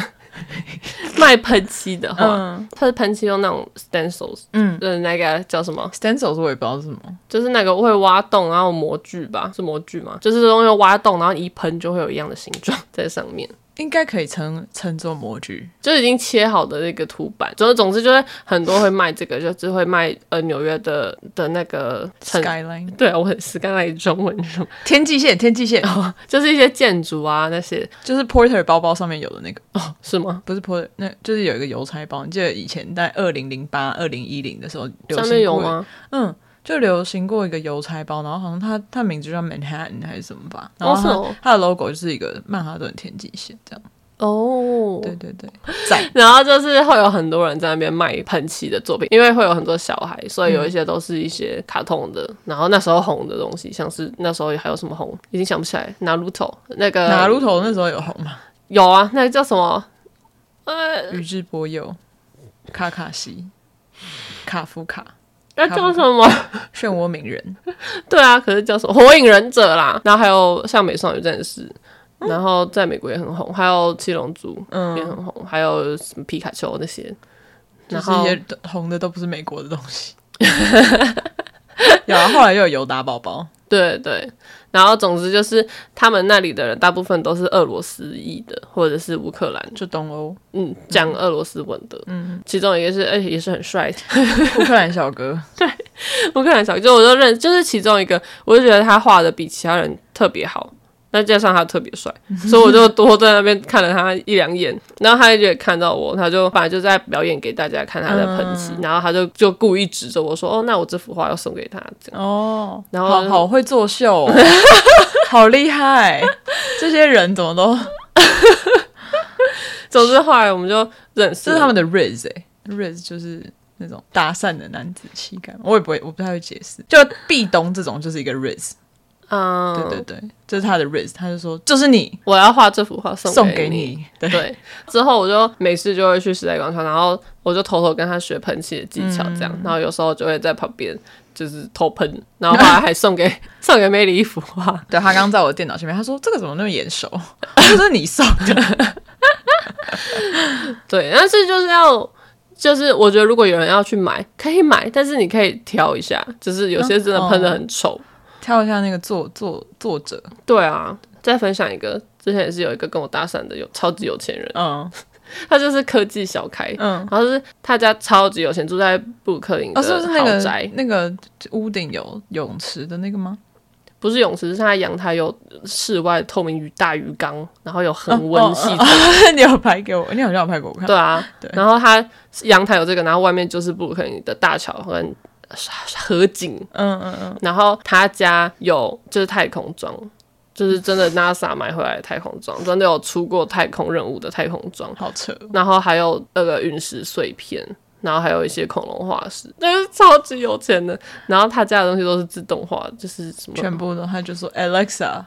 B: 卖喷漆的话，
A: 嗯
B: 他的喷漆用那种 stencils，
A: 嗯
B: 呃，那个叫什么？
A: ，stencils 我也不知道是什么，
B: 就是那个会挖洞，然后模具吧，是模具吗？就是用用挖洞，然后一喷就会有一样的形状在上面。
A: 应该可以称称作模具。
B: 就已经切好的那个图板。总总之就是很多会卖这个，就是会卖呃纽约的的那个城。
A: Skyline
B: 对我很 skyline 中文是什么？
A: 天际线，天际线、
B: 哦就是一些建筑啊那些
A: 就是 Porter 包包上面有的那个，
B: 哦，是吗？
A: 不是 Porter，那就是有一个邮差包。你记得以前在二零零八、二零一零的时候流行
B: 上面有
A: 过？
B: 吗？
A: 嗯，就流行过一个邮差包，然后好像它它名字叫 Manhattan 还是什么吧，然后它、
B: 是哦
A: 它的 logo 就是一个曼哈顿天际线这样。
B: 哦，
A: 对对对，在
B: 然后就是会有很多人在那边卖喷漆的作品，因为会有很多小孩，所以
A: 嗯
B: 有一些都是一些卡通的，然后那时候红的东西，像是那时候还有什么红，已经想不起来。拿路头那个
A: 哪路头那时候有红吗？
B: 有啊，那个叫什么？呃，
A: 宇智波鼬、卡卡西、卡夫卡、
B: 那叫什么？
A: 漩涡鸣人，
B: 对啊，可是叫什么？火影忍者啦，然后还有像美少女战士。然后在美国也很红，还有七龙珠也
A: 嗯，
B: 很红，还有什么皮卡丘那些，
A: 就
B: 然
A: 是
B: 后
A: 一些都红的都不是美国的东西。 有啊，后来又有尤达宝宝，
B: 对对，然后总之就是他们那里的人大部分都是俄罗斯裔的，或者是乌克兰，
A: 就东欧
B: 嗯，讲俄罗斯文的，嗯，其中一个是，哎、也是很帅，
A: 乌克兰小哥，
B: 乌克兰小，就我就认，就是其中一个，我就觉得他画的比其他人特别好，那加上他特别 帅，所以我就多在那边看了他一两眼，然后他就也看到我，他就反正就在表演给大家看他的喷漆，
A: 嗯
B: 然后他就就故意指着我说，哦，那我这幅画要送给他，这样，
A: 哦，
B: 然后
A: 好好会作秀、哦， 好厉害！这些人怎么都
B: 总之后来我们就认识
A: 这
B: 了，
A: 是他们的 riz 哎、riz 就是那种搭讪的男子气概嘛，我也不会，我不太会解释。就壁咚这种就是一个 riz，、
B: 嗯，
A: 对对对，这、是他的 riz，他就说就是你
B: 我要画这幅画送
A: 送
B: 给
A: 给
B: 你。
A: 你，对，
B: 对，之后我就每次就会去时代广场，然后我就偷偷跟他学喷漆的技巧，这样，
A: 嗯
B: 然后有时候就会在旁边就是偷喷，然后后来还送给 送给梅里一幅画，
A: 对他刚刚在我电脑前面，他说这个怎么那么眼熟？ 这是你送 的，
B: 对，但是就是要。就是我觉得，如果有人要去买，可以买，但是你可以挑一下，就是有些真的
A: 嗯哦
B: 喷的很丑。
A: 跳一下那个作作作者，
B: 对啊，再分享一个，之前也是有一个跟我搭讪的有超级有钱人，
A: 嗯
B: 他就是科技小开，
A: 嗯，
B: 然后是他家超级有钱，住在布鲁克林的
A: 哦，是不是那
B: 豪宅
A: 个，那个屋顶有泳池的那个吗？
B: 不是泳池，是他阳台有室外透明鱼大鱼缸，然后有恒
A: 哦
B: 温
A: 哦
B: 系统。
A: 你有拍给我，你好像有拍给我看，
B: 对啊，
A: 对
B: 然后他阳台有这个，然后外面就是布鲁克林的大桥跟河景，
A: 嗯嗯嗯，
B: 然后他家有就是太空装。就是真的 NASA 买回来的太空装，真的有出过太空任务的太空装，
A: 好扯哦。
B: 然后还有那个陨石碎片，然后还有一些恐龙化石，但是超级有钱的。然后他家的东西都是自动化，就是什么
A: 全部都，他就说 Alexa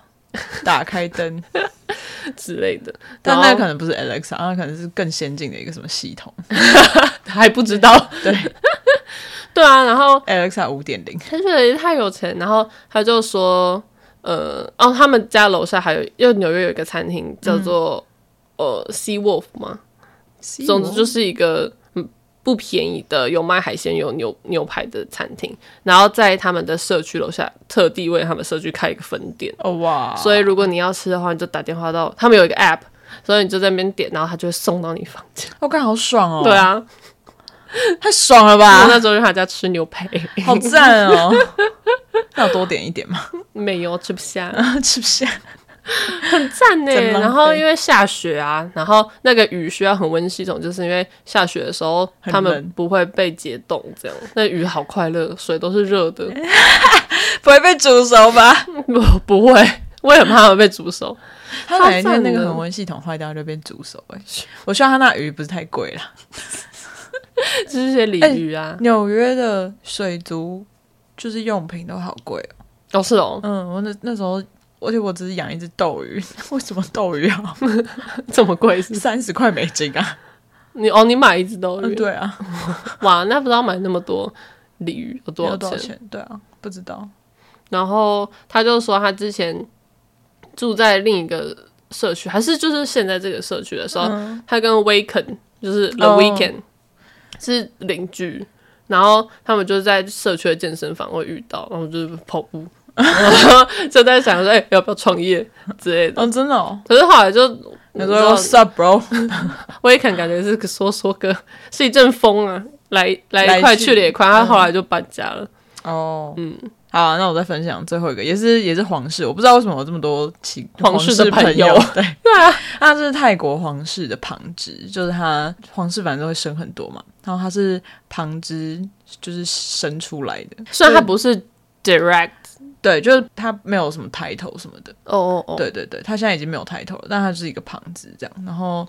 A: 打开灯，
B: 之类的。
A: 但
B: 然后
A: 那可能不是 Alexa，那可能是更先进的一个什么系统。
B: 还不知道。
A: 对
B: 对啊，然后
A: ，Alexa 五点零，
B: 他觉得太有钱，然后他就说，呃，哦，他们家楼下还有，因为纽约有一个餐厅叫
A: 嗯
B: 做、呃 Sea Wolf 嘛，总之就是是一个。嗯不便宜的，有卖海鲜、有牛牛排的餐厅，然后在他们的社区楼下特地为他们社区开一个分店。
A: 哦哇，
B: 所以如果你要吃的话，你就打电话到他们有一个 app，所以你就在那边点，然后他就会送到你房间。
A: 我看好爽哦，
B: 对，啊，
A: 太爽了
B: 我
A: 吧，
B: 那时候去他家吃牛排，
A: 好赞 哦。那我多点一点嘛，
B: 没有吃不下。
A: 吃不下。
B: 赞呢。
A: 真浪费
B: 然后因为下雪啊，然后那个雨需要恒温系统，就是因为下雪的时候
A: 很冷
B: 他们不会被解冻，这样那雨好快乐，水都是热 的，
A: 不会被煮熟吧？
B: 不不会。我也很怕它们被煮熟，
A: 他哪一天那
B: 超赞
A: 个
B: 的
A: 恒温系统坏掉就变煮熟哎、我希望他那鱼不是太贵啦。
B: 就是一些鲤鱼啊。
A: 纽约的水族就是用品都好贵哦。
B: 哦，是哦，
A: 嗯，我那那时候，而且我只是养一只斗鱼， 为什么斗鱼 啊？
B: 这么贵是不是？
A: 三十块美金 啊！
B: 你哦，你买一只都
A: 嗯，对啊，
B: 哇，那不知道买那么多鲤鱼有多
A: 要
B: 少
A: 多
B: 钱
A: 少？钱？对啊，不知道。
B: 然后他就说他之前住在另一个社区，还是就是现在这个社区的时候，他跟 Weekend 就是 The
A: 嗯哦
B: Weekend、是邻居，然后他们就在社区的健身房会遇到，然后就是跑步，然后就在想说，哎、要不要创业之类的。
A: 哦，真的哦，
B: 可是后来就
A: 他说 What's up, bro？
B: 威肯感觉是个说说哥，是一阵风啊，来来
A: 来
B: 得快
A: 去
B: 去得也快，他后来就搬家了。
A: 哦，嗯，好啊、那我再分享最后一个，也是也是皇室，我不知道为什么有这么多奇
B: 皇室的
A: 朋
B: 朋友
A: 对，
B: 对啊，
A: 他是泰国皇室的旁支，就是他皇室反正都会生很多嘛，然后他是旁支，就是生出来的，
B: 虽然他不是 direct，
A: 对，就是他没有什么抬头什么的，
B: 哦哦哦，
A: 对对对，他现在已经没有抬头了，但他是一个旁支这样，然后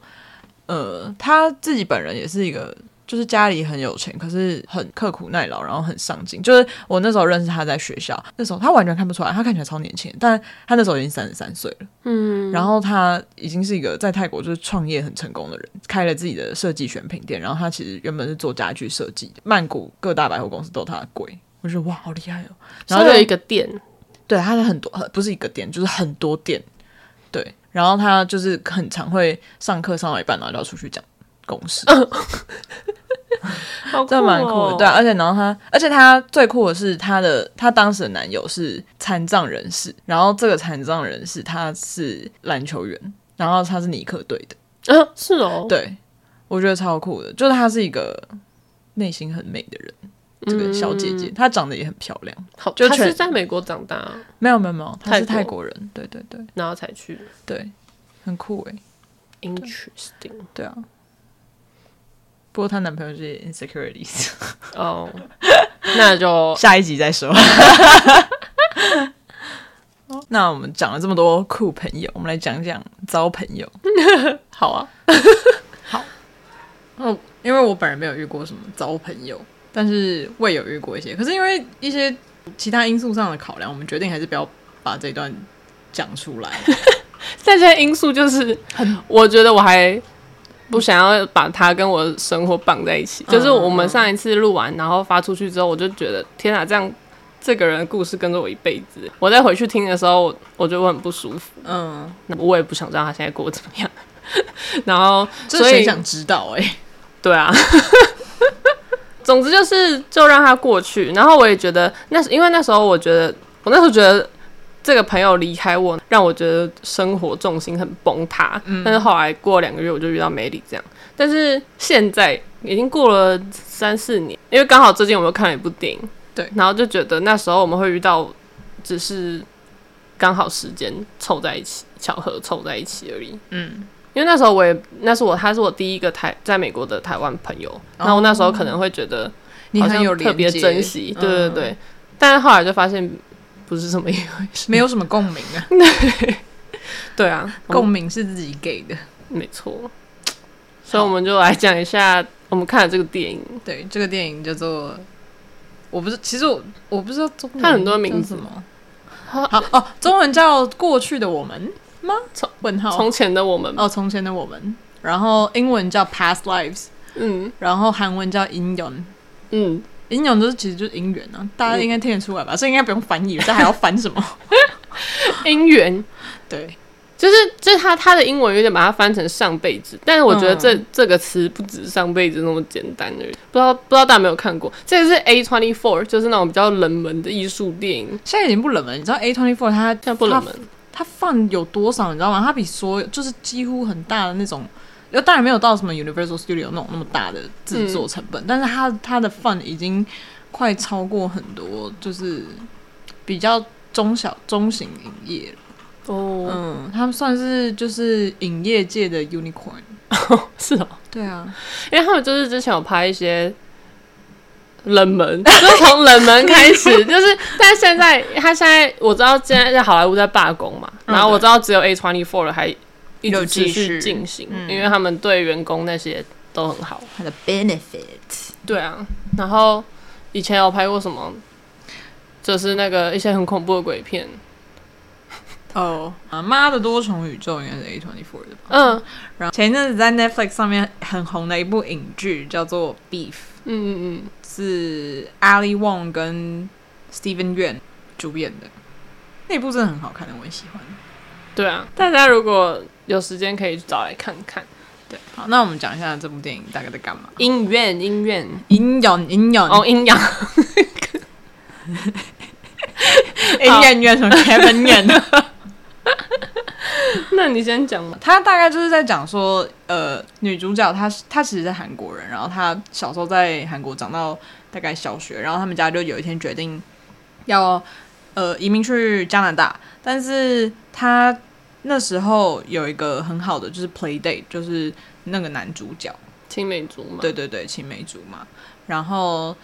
A: 呃，他自己本人也是一个。就是家里很有钱，可是很刻苦耐劳，然后很上进。就是我那时候认识他在学校，那时候他完全看不出来，他看起来超年轻，但他那时候已经三十三岁了。
B: 嗯，
A: 然后他已经是一个在泰国就是创业很成功的人，开了自己的设计选品店。然后他其实原本是做家具设计的，曼谷各大百货公司都有他的柜。我就觉得哇，好厉害哦！然
B: 然
A: 后
B: 后
A: 就
B: 有一个店，
A: 对他的很多很不是一个店，就是很多店。对，然后他就是很常会上课上到一半，然后就要出去讲公 事，
B: 好哦
A: 这蛮酷的。对、啊，而且然后他，而且他最酷的是他的他当时的男友是残障人士，然后这个残障人士他是篮球员，然后他是尼克队的。
B: 啊，是哦，
A: 对，我觉得超酷的，就是她是一个内心很美的人，这个小姐姐，她长得也很漂亮。
B: 好，
A: 就
B: 他
A: 全
B: 是在美国长大，
A: 没有没有没有，她是泰
B: 泰
A: 国人，对对对
B: 然后才去
A: 对，很酷欸诶、
B: interesting，
A: 对啊。不过她男朋友是 insecurities，
B: 哦，那就
A: 下一集再说。 那我们讲了这么多酷朋友，我们来讲讲糟朋友。
B: 好啊，哦
A: 嗯，因为我本人没有遇过什么糟朋友，但是我也有遇过一些。可是因为一些其他因素上的考量，我们决定还是不要把这一段讲出来。
B: 但现在因素就是，我觉得我还不想要把它跟我的生活绑在一起。就是我们上一次录完，然后发出去之后，我就觉得天啊，这样这个人的故事跟着我一辈子。我再回去听的时候，我我觉得我很不舒服。
A: 嗯，
B: 那我也不想知道他现在过得怎么样。 然后，
A: 这
B: 所
A: 谁
B: 以
A: 想知道、欸？哎，
B: 对啊。 总之就是，就让它过去。然后我也觉得，那时因为那时候我觉得，我那时候觉得这个朋友离开我，让我觉得生活重心很崩塌。但是后来过两个月，我就遇到梅里这样。但是现在已经过了三四年，因为刚好最近我们又看了一部电影，
A: 对
B: 然后就觉得那时候我们会遇到，只是刚好时间凑在一起，巧合凑在一起而已。
A: 嗯，
B: 因为那时候我也，那是我，他是我第一个台在美国的台湾朋友，然后那时候可能会觉得
A: 哦你
B: 好
A: 很
B: 像
A: 有
B: 特别
A: 连接
B: 珍惜，对对
A: 嗯
B: 对，但是后来就发现不是这么 一回事，
A: 没有什么共鸣 啊，
B: 对啊，嗯
A: 共鸣是自己给的。
B: 没错，所以我们就来讲一下我们看的这个电影，
A: 对，这个电影叫做。我不是，其实我我不知道中文
B: 它很多名字
A: 叫什么。好哦，中文叫《过去的我们》吗？
B: 从
A: 问号
B: 从前的我们，
A: 哦，从前的我们。然后英文叫 Past Lives，
B: 嗯
A: 然后韩文叫 In y o n
B: 嗯，
A: In y o n 就是其实就是姻缘啊，大家应该听得出来吧？所以应该不用翻译，这还要翻 什么？
B: 姻缘。
A: 对，
B: 就是就是他他的英文有点把它翻成上辈子，但是我觉得这、
A: 嗯
B: 这个词不止上辈子那么简单而已。不知道不知道大家有没有看过，这个是 A twenty four，就是那种比较冷门的艺术电影，
A: 现在已经不冷门，你知道 A twenty four 它
B: 现在不冷门，
A: 它放有多少，你知道吗？它比所有就是几乎很大的那种，呃当然没有到什么 Universal Studio 那种那么大的制作成本，但是它它的 fund 已经快超过很多，就是比较中小中型影业了。
B: 哦，
A: 嗯，他们算是就是影业界的 unicorn。
B: 是哦，
A: 对啊，
B: 因为他们就是之前有拍一些冷门， 就是从冷门 开始，就是但是现在他现在我知道现在在好莱坞在罢工嘛，
A: 嗯
B: 然后我知道只有 A twenty four 了还一
A: 有
B: 直
A: 继
B: 持
A: 续
B: 续进行，
A: 嗯
B: 因为他们对员工那些都很好。
A: 它的 benefit。
B: 对啊，然后以前有拍过什么，就是那个一些很恐怖的鬼片，
A: 哦，啊妈的多重宇宙应该是 A twenty four 的吧？
B: 嗯
A: 然后前一阵子在 Netflix 上面很红的一部影剧叫做《Beef》，
B: 嗯嗯
A: 是 Ali Wong 跟 Steven Yeun 主演的，那部真的很好看的，我很喜欢。
B: 嗯，对啊，大家如果有时间可以找来看看。
A: 对，好，那我们讲一下这部电影大概在干嘛。
B: 音院音院
A: 阴阳阴阳
B: 哦，阴阳
A: 阴阳院什么 Kevin 院？
B: 那那你先讲嘛。
A: 他大概就是在讲说，呃，女主角她是她其实是韩国人，然后她小时候在韩国长到大概小学，然后他们家就有一天决定要呃移民去加拿大，但是她那时候有一个很好的就是 play date，就是那个男主角，
B: 青梅竹马，
A: 对对对，青梅竹马。然后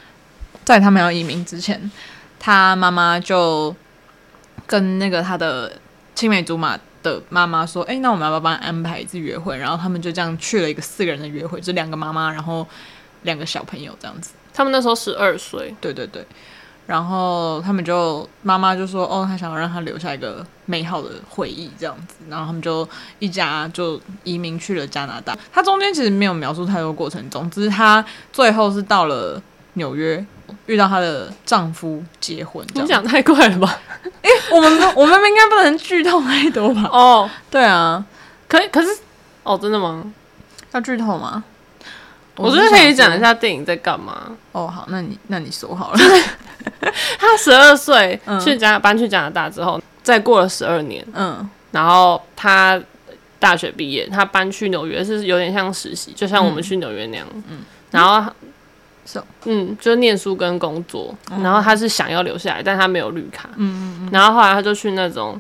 A: 在他们要移民之前，他妈妈就跟那个他的青梅竹马的妈妈说：“哎，那我们要不要帮他安排一次约会？”然后他们就这样去了一个四个人的约会，就两个妈妈，然后两个小朋友这样子。
B: 他们那时候十二岁，
A: 对对对。然后他们就妈妈就说：“哦，她想要让他留下一个美好的回忆，这样子。”然后他们就一家就移民去了加拿大。他中间其实没有描述太多过程，总之他最后是到了纽约，遇到她的丈夫结婚这
B: 你
A: 样。
B: 讲太快了吧？
A: 我们不我们应该不能剧透太多吧？
B: 哦，
A: 对啊，
B: 可以，可是哦，真的吗？
A: 要剧透吗？
B: 我觉得可以讲一
A: 下。
B: 下电影在干嘛。
A: 哦，好，那你那你说好了。
B: 他十二岁
A: 嗯
B: 去加搬去加拿大之后，再过了十二年，
A: 嗯
B: 然后他大学毕业，他搬去纽约是有点像实习，就像我们去纽约那样。嗯，然后
A: 是哦
B: 嗯，就念书跟工作，然后他是想要留下来，但他没有绿卡。
A: 嗯嗯
B: 然后后来他就去那种，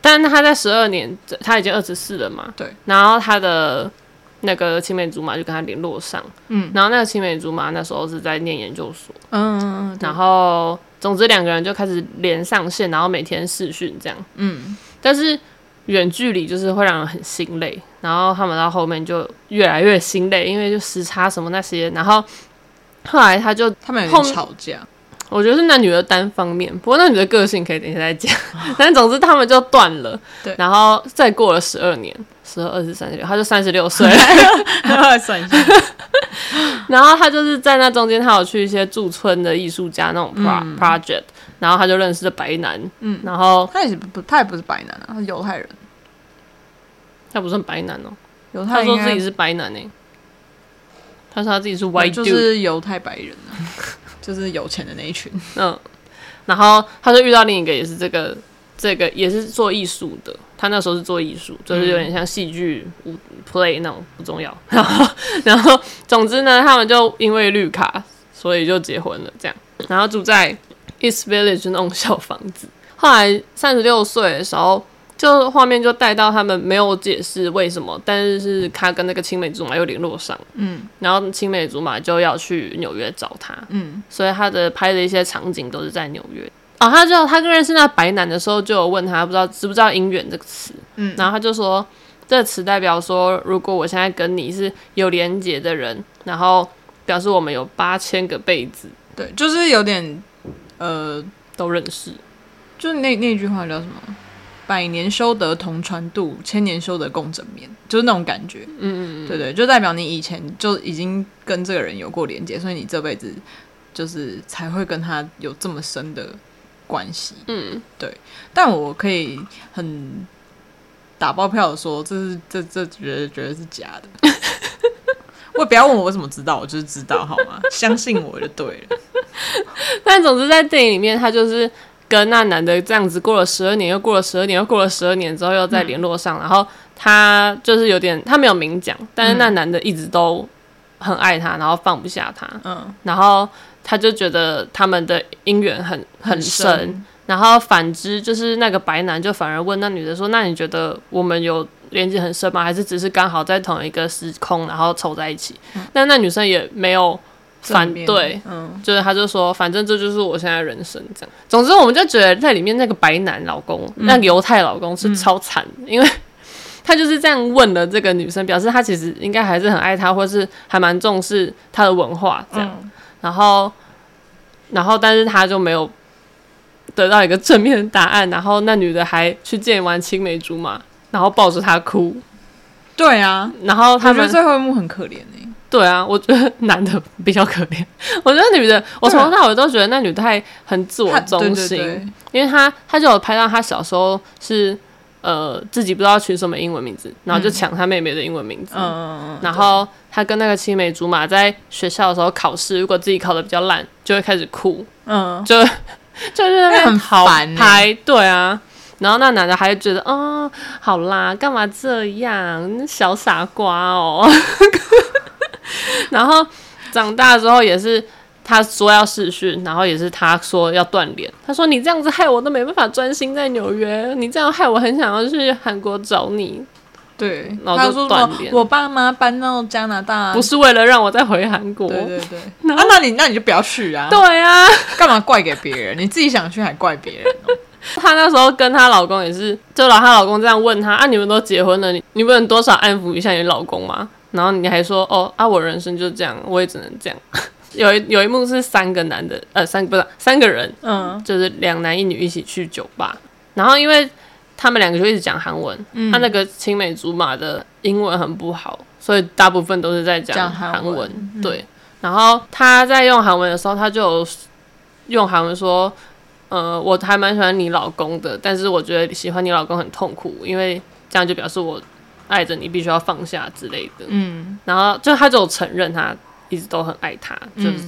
B: 但他在十二年，他已经二十四了嘛。
A: 对。
B: 然后他的那个青梅竹马就跟他联络上，
A: 嗯
B: 然后那个青梅竹马那时候是在念研究所，
A: 嗯嗯嗯，
B: 然后总之两个人就开始连上线，然后每天视讯这样。
A: 嗯
B: 但是远距离就是会让人很心累，然后他们到后面就越来越心累，因为就时差什么那些，然后后来他就
A: 他们有
B: 后
A: 点
B: 面
A: 吵架。
B: 我觉得是那女的单方面，不过那女的个性可以等一下再讲。但总之他们就断了，
A: 哦对
B: 然后再过了十二年，十二、二十、三十六，他就三十 六岁了。
A: 算一下。
B: 然后他就是在那中间，他有去一些驻村的艺术家那种 pro、project，
A: 嗯
B: 然后他就认识了白男，嗯，然后
A: 他也是不，他也不是白男啊，他是犹太人。
B: 他不算白男哦、
A: 犹太
B: 他
A: 人
B: 说
A: 应
B: 自
A: 该
B: 己是白男呢、欸他说他自己是 white dude，、
A: 就是犹太白人啊，就是有钱的那一群。
B: 嗯，然后他就遇到另一个也是这个这个也是做艺术的，他那时候是做艺术，就是有点像戏剧舞 play 那种不重要。 然后然后总之呢，他们就因为绿卡，所以就结婚了这样，然后住在 East Village 那种小房子。后来三十六岁的时候。就画面就带到他们没有解释为什么，但是是他跟那个青梅竹马又联络上，
A: 嗯
B: 然后青梅竹马就要去纽约找他，
A: 嗯
B: 所以他的拍的一些场景都是在纽约。哦，他就他跟认识那白男的时候，就有问他不知道知不知道“姻缘”这个词，
A: 嗯
B: 然后他就说这个词代表说，如果我现在跟你是有连结的人，然后表示我们有八千个辈子
A: 对，就是有点呃，
B: 都认识。
A: 就是那那句话叫什么？百年修得同船渡，千年修得共枕眠，就是那种感觉。
B: 嗯嗯
A: 对对，就代表你以前就已经跟这个人有过连接，所以你这辈子就是才会跟他有这么深的关系。
B: 嗯，
A: 但我可以很打包票的说，这是这这觉得觉得是假的。 我不要问我怎么知道，我就是知道好吗？相信我就对了。
B: 但总之在电影里面，他就是跟那男的这样子过了十二年，又过了十二年，又过了十二年之后又再联络上，然后他就是有点他没有明讲，但是那男的一直都很爱他，然后放不下他，
A: 嗯，
B: 然后他就觉得他们的姻缘很很深。
A: 深
B: 然后反之，就是那个白男就反而问那女的说：“那你觉得我们有连接很深吗？还是只是刚好在同一个时空，然后凑在一起？”但那女生也没有 反
A: 嗯正面
B: 对，，
A: 嗯，
B: 就是他就说，反正这就是我现在的人生这样。总之，我们就觉得在里面那个白男老公，
A: 嗯
B: 那个犹太老公是超惨的，因为 他就是这样问了这个女生，表示他其实应该还是很爱她，或是还蛮重视她的文化这样。
A: 嗯
B: 然后，然后但是他就没有得到一个正面的答案，然后那女的还去见完青梅竹马，然后抱着他哭，
A: 对啊，
B: 然后他
A: 我觉得
B: 们
A: 最后一幕很可怜欸呢、
B: 对啊，我觉得男的比较可怜。 我觉得女的，我从头到尾都觉得那女的太很自我
A: 他
B: 中
A: 对对
B: 心，
A: 对
B: 因为她她就有拍到她小时候是呃自己不知道取什么英文名字，然后就抢她妹妹的英文名字。
A: 嗯嗯嗯
B: 然后她跟那个青梅竹马在学校的时候考试，如果自己考的比较烂，就会开始哭，
A: 嗯，
B: 就就是在那边
A: 很
B: 逃
A: 烦欸
B: 拍。对啊，然后那男的还觉得啊、哦，好啦，干嘛这样，小傻瓜哦。 然后长大之后也是。他说要试训，然后也是他说要断联。他说你这样子害我都没办法专心在纽约，你这样害我很想要去韩国找你，
A: 对，
B: 然后
A: 他
B: 就
A: 说
B: 断
A: 什么
B: 联
A: 我爸妈搬到加拿大，
B: 不是为了让我再回韩国。
A: 啊对对 对，啊，那你那你就不要去啊，
B: 对啊，
A: 干嘛怪给别人？你 自己想去还怪别人 哦、
B: 她那时候跟她老公也是，就老她老公这样问她啊，你们都结婚了，你你不能多少安抚一下你老公吗？然后你还说哦啊，我人生就这样，我也只能这样。 有一有一幕是三个男的，呃，三不是三个人，
A: 嗯，
B: 就是两男一女一起去酒吧，然后因为他们两个就一直讲韩文，他、
A: 嗯
B: 那个青梅竹马的英文很不好，所以大部分都是在
A: 讲
B: 讲
A: 韩
B: 韩
A: 文嗯
B: 对，然后他在用韩文的时候，他就有用韩文说：“呃，我还蛮喜欢你老公的，但是我觉得喜欢你老公很痛苦，因为这样就表示我爱着你，必须要放下之类的。”
A: 嗯，
B: 然后就他就有承认他一直都很爱他，就是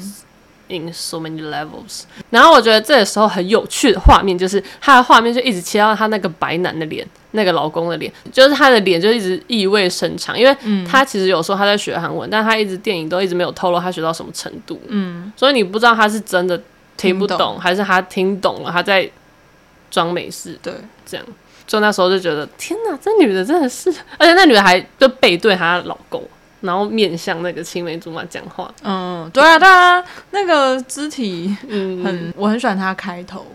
A: 嗯
B: in so many levels。然后我觉得这个时候很有趣的画面就是他的画面就一直切到他那个白男的脸，那个老公的脸，就是他的脸就一直意味深长，因为
A: 嗯
B: 他其实有时候他在学韩文，但他一直电影都一直没有透露他学到什么程度，
A: 嗯，
B: 所以你不知道他是真的听不
A: 听
B: 懂，
A: 懂
B: 还是他听懂了他在装没事。
A: 对，
B: 这样。就那时候就觉得，天哪，这女的真的是，而且那女的还就背对她老公，然后面向那个青梅竹马讲话，
A: 嗯，对啊，对啊，那个肢体
B: 嗯，
A: 很，我很喜欢他开头。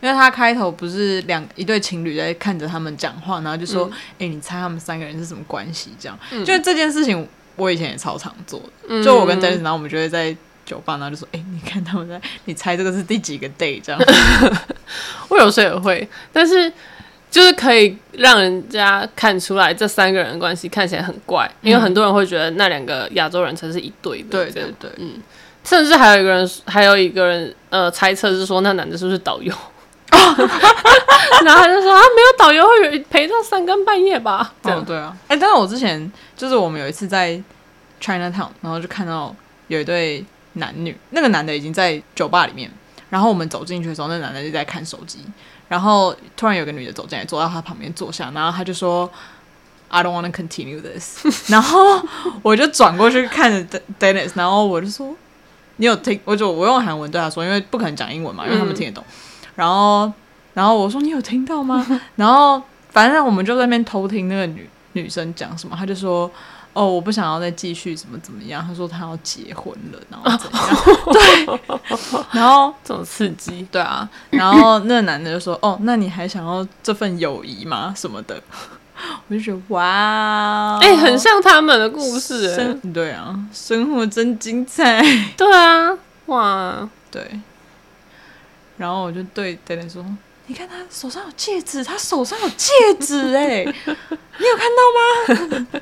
A: 因为他开头不是两一对情侣在看着他们讲话，然后就说：“哎、你猜他们三个人是什么关系？”这样，
B: 嗯
A: 就这件事情，我以前也超常做的。
B: 嗯
A: 就我跟 Dennis，然后我们就会在酒吧，然后就说：“哎、你看他们在，你猜这个是第几个 day？” 这样，
B: 我有时候也会，但是就是可以让人家看出来这三个人的关系看起来很怪，因为很多人会觉得那两个亚洲人才是一对的，
A: 嗯对
B: 这样
A: 对对，
B: 甚至还有一个人，还有一个人，呃，猜测是说那男的是不是 导游，
A: 哦
B: 然后他就说啊，没有导游会陪到三更半夜吧，这样
A: 哦，对啊，哎、但是我之前就是我们有一次在 Chinatown，然后就看到有一对男女，那个男的已经在酒吧里面，然后我们走进去的时候，那男的就在看手机，然后突然有个女的走进来，坐到他旁边坐下，然后他就说。I don't want to continue this 。 然后我就转过去看着 Den- Dennis，然后我就说：“你有听？”我就我用韩文对他说，因为不可能讲英文嘛，因为他们
B: 嗯
A: 听得懂。然后，然后我说：“你有听到吗？” 然后反正我们就在那边偷听那个女女生讲什么，她就说：“哦，我不想要再继续怎么怎么样。”她说她要结婚了，然后怎样？对，然后
B: 这种刺激，
A: 对啊，然后那个男的就说：“哦，那你还想要这份友谊吗？什么的？” 我就觉得哇哦，
B: 哎、很像他们的故事、哎
A: 生对啊，生活真精彩，
B: 对啊，哇，
A: 对。然后我就对 d a 说：“你看他手上有戒指，他手上有戒指哎、 你有看到吗？”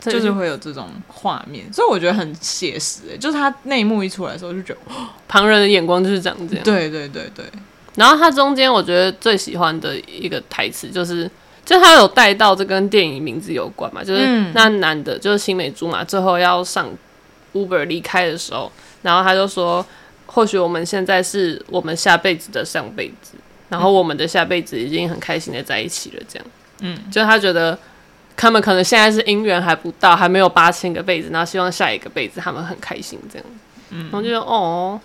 B: 这
A: 就是会有这种画面，所以我觉得很写实、欸。就是他内幕一出来的时候，就觉得，
B: 旁人的眼光就是长这样。
A: 对对对对，
B: 然后他中间我觉得最喜欢的一个台词就是，就他有带到这跟电影名字有关嘛，就是
A: 嗯
B: 那男的，就是青梅竹马，最后要上 Uber 离开的时候，然后他就说，或许我们现在是我们下辈子的上辈子，然后我们的下辈子已经很开心的在一起了，这样。
A: 嗯，
B: 就他觉得他们可能现在是姻缘还不到，还没有八千个辈子，然后希望下一个辈子他们很开心这样。嗯，然后就觉得哦，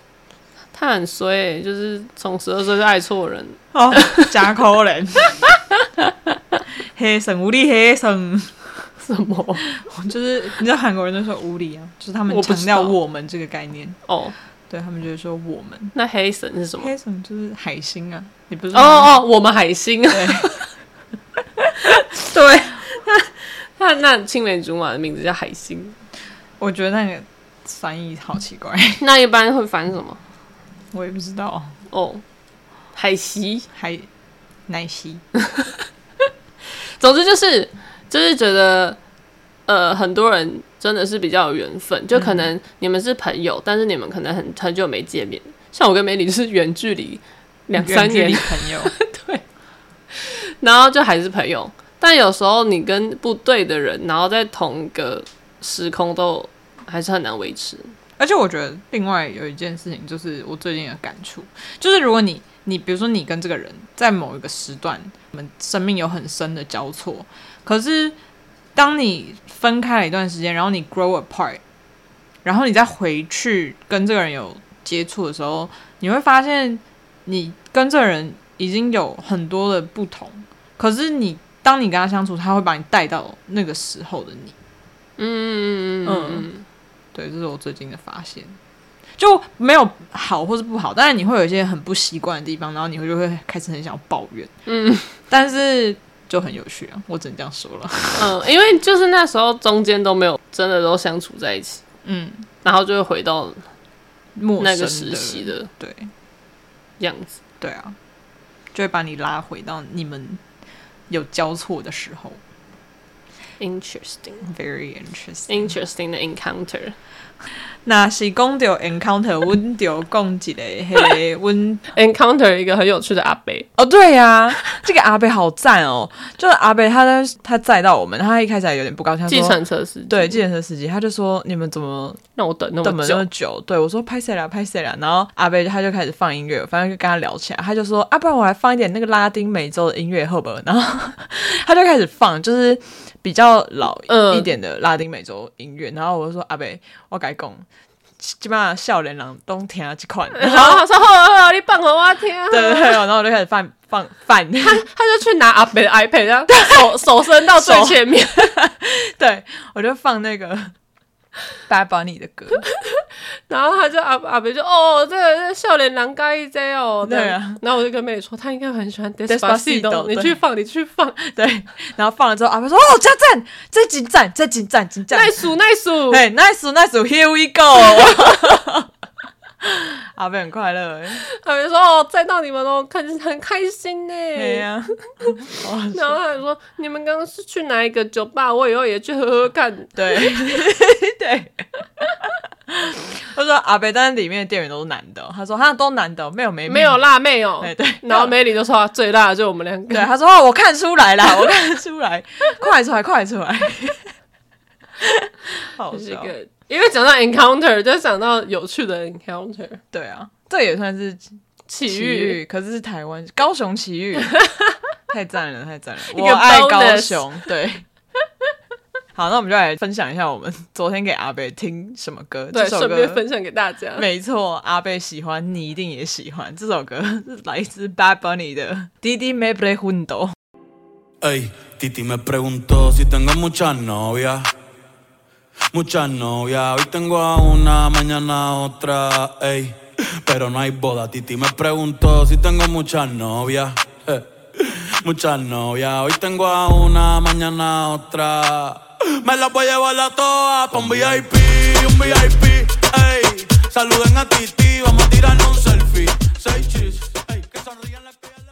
B: 他很衰欸、就是从十二岁就爱错人。
A: 好， 加可怜，黑神无力黑神，
B: 什么？
A: 就是你知道韩国人都说无理啊，就是他们
B: 我不
A: 强
B: 知
A: 调
B: 道
A: 我们这个概念，
B: 哦，
A: 对他们就是说我们
B: 那黑神是什么？
A: 黑神就是海星啊，你不是
B: 哦哦，我们海星啊。 对，那那那青梅竹马的名字叫海星，
A: 我觉得那个翻译好奇怪，
B: 那一般会翻什么？
A: 我也不知道
B: 哦，海席。
A: 海奶昔，
B: 总之就是就是觉得，呃，很多人真的是比较有缘分，就可能你们是朋友，但是你们可能很很久没见面。像我跟梅里就是远距离两三
A: 远距离
B: 年，
A: 朋友，
B: 然后就还是朋友。但有时候你跟不对的人，然后在同一个时空都还是很难维持。
C: 而且我觉得另外有一件事情，就是我最近的感触，就是如果你你比如说你跟这个人在某一个时段，你们生命有很深的交错，可是当你分开了一段时间，然后你 grow apart，然后你再回去跟这个人有接触的时候，你会发现你跟这个人已经有很多的不同，可是你当你跟他相处，他会把你带到那个时候的你。
B: 嗯嗯嗯嗯
C: 对，这是我最近的发现，就没有好或是不好，当然你会有一些很不习惯的地方，然后你会就会开始很想要抱怨，
B: 嗯
C: 但是就很有趣啊，我只能这样说了。
B: 嗯，因为就是那时候中间都没有真的都相处在一起，
C: 嗯，
B: 然后就会回到
C: 陌生
B: 那
C: 的
B: 个时期，的
C: 对
B: 样子。
C: 对啊，就会把你拉回到你们有交错的时候
B: Interesting,
C: ，very interesting。
B: interesting 的 encounter。
C: 那是讲到 encounter，阮 就讲一个迄个 阮
B: encounter 一个很有趣的阿北，
A: 哦，对
B: 啊
A: 呀、这个阿贝好赞哦！就是阿贝他在他载到我们，他一开始还有点不高兴，他
B: 计
A: 说
B: 程车司机，
A: 对，计程车司机，他就说你们怎么
B: 让我等那
A: 等
B: 么
A: 了那
B: 久
A: 么，久？对我说拍谁啦，拍谁啦。然后阿贝他就开始放音乐，反正就跟他聊起来，他就说啊，不然我来放一点那个拉丁美洲的音乐，好不好？然后 他就开始放，就是比较老
B: 嗯
A: 一点的拉丁美洲音乐。然后我就说阿贝，我改讲，基本上笑脸人都听这款。
B: 然后他说：“好好好，你放给我听。”
A: 对对对，然后我就开始放放放。
B: 他就去拿阿北的 iPad，这样手手伸到最前面，
A: 对，我就放那个 Bad Bunny 的歌，
B: 然后他就阿阿北就哦，这个这笑脸狼盖一 J 哦，
A: 对啊
B: 这样。然后我就跟妹说，他应该很喜欢
A: Despacito，
B: Despacito，你去放，你去 放，
A: 对，然后放了之后，阿飞说：“哦，加赞，这几赞，这几赞，几赞
B: 耐数耐数，
A: 哎，nice，nice，here we go。” 阿飞很快乐哎，
B: 阿北说哦，载到你们哦，看很开心呢。
A: 对啊呀，
B: 然后他说：“你们刚刚是去哪一个酒吧？我以后也去喝喝看。
A: 对对。他说阿北，但是里面的店员都是男的哦。他说他都男的哦，没有没”
B: 没有辣妹哦，
A: 哎对对
B: 然后梅里就说啊最辣的就我们两
A: 对，
B: 个，
A: 他说哦，我看出来啦，我看出来，快出来，快出来。 好
B: 就是一
A: 笑。
B: 个，因为讲到 encounter 就想到有趣的 encounter
A: 对啊，这也算是
B: 奇
A: 奇
B: 遇，
A: 遇，可是是台湾高雄奇 遇，太赞了，太赞了，
B: 个
A: 我爱
B: bonus
A: 高雄。对， 好，那我们就来分享一下我们昨天给阿贝听什么歌。
B: 对，
A: 这首
B: 顺便
A: 歌
B: 分享给大家。
A: 没错，阿贝喜欢，你一定也喜欢。这首歌是来自 Bad Bunny 的《Didi Me p r e j u n d o
D: Ey, Titi me preguntó si tengo muchas novias. Muchas novias, hoy tengo a una, mañana a otra, ey. Pero no hay boda, Titi me preguntó si tengo muchas novias. eh. Muchas novias, hoy tengo a una, mañana a otra. Me las voy a llevar a todas pa' un VIP, un VIP, ey. Saluden a Titi, vamos a tirar un selfie. Seis chis, ey, que sonrían las piernas.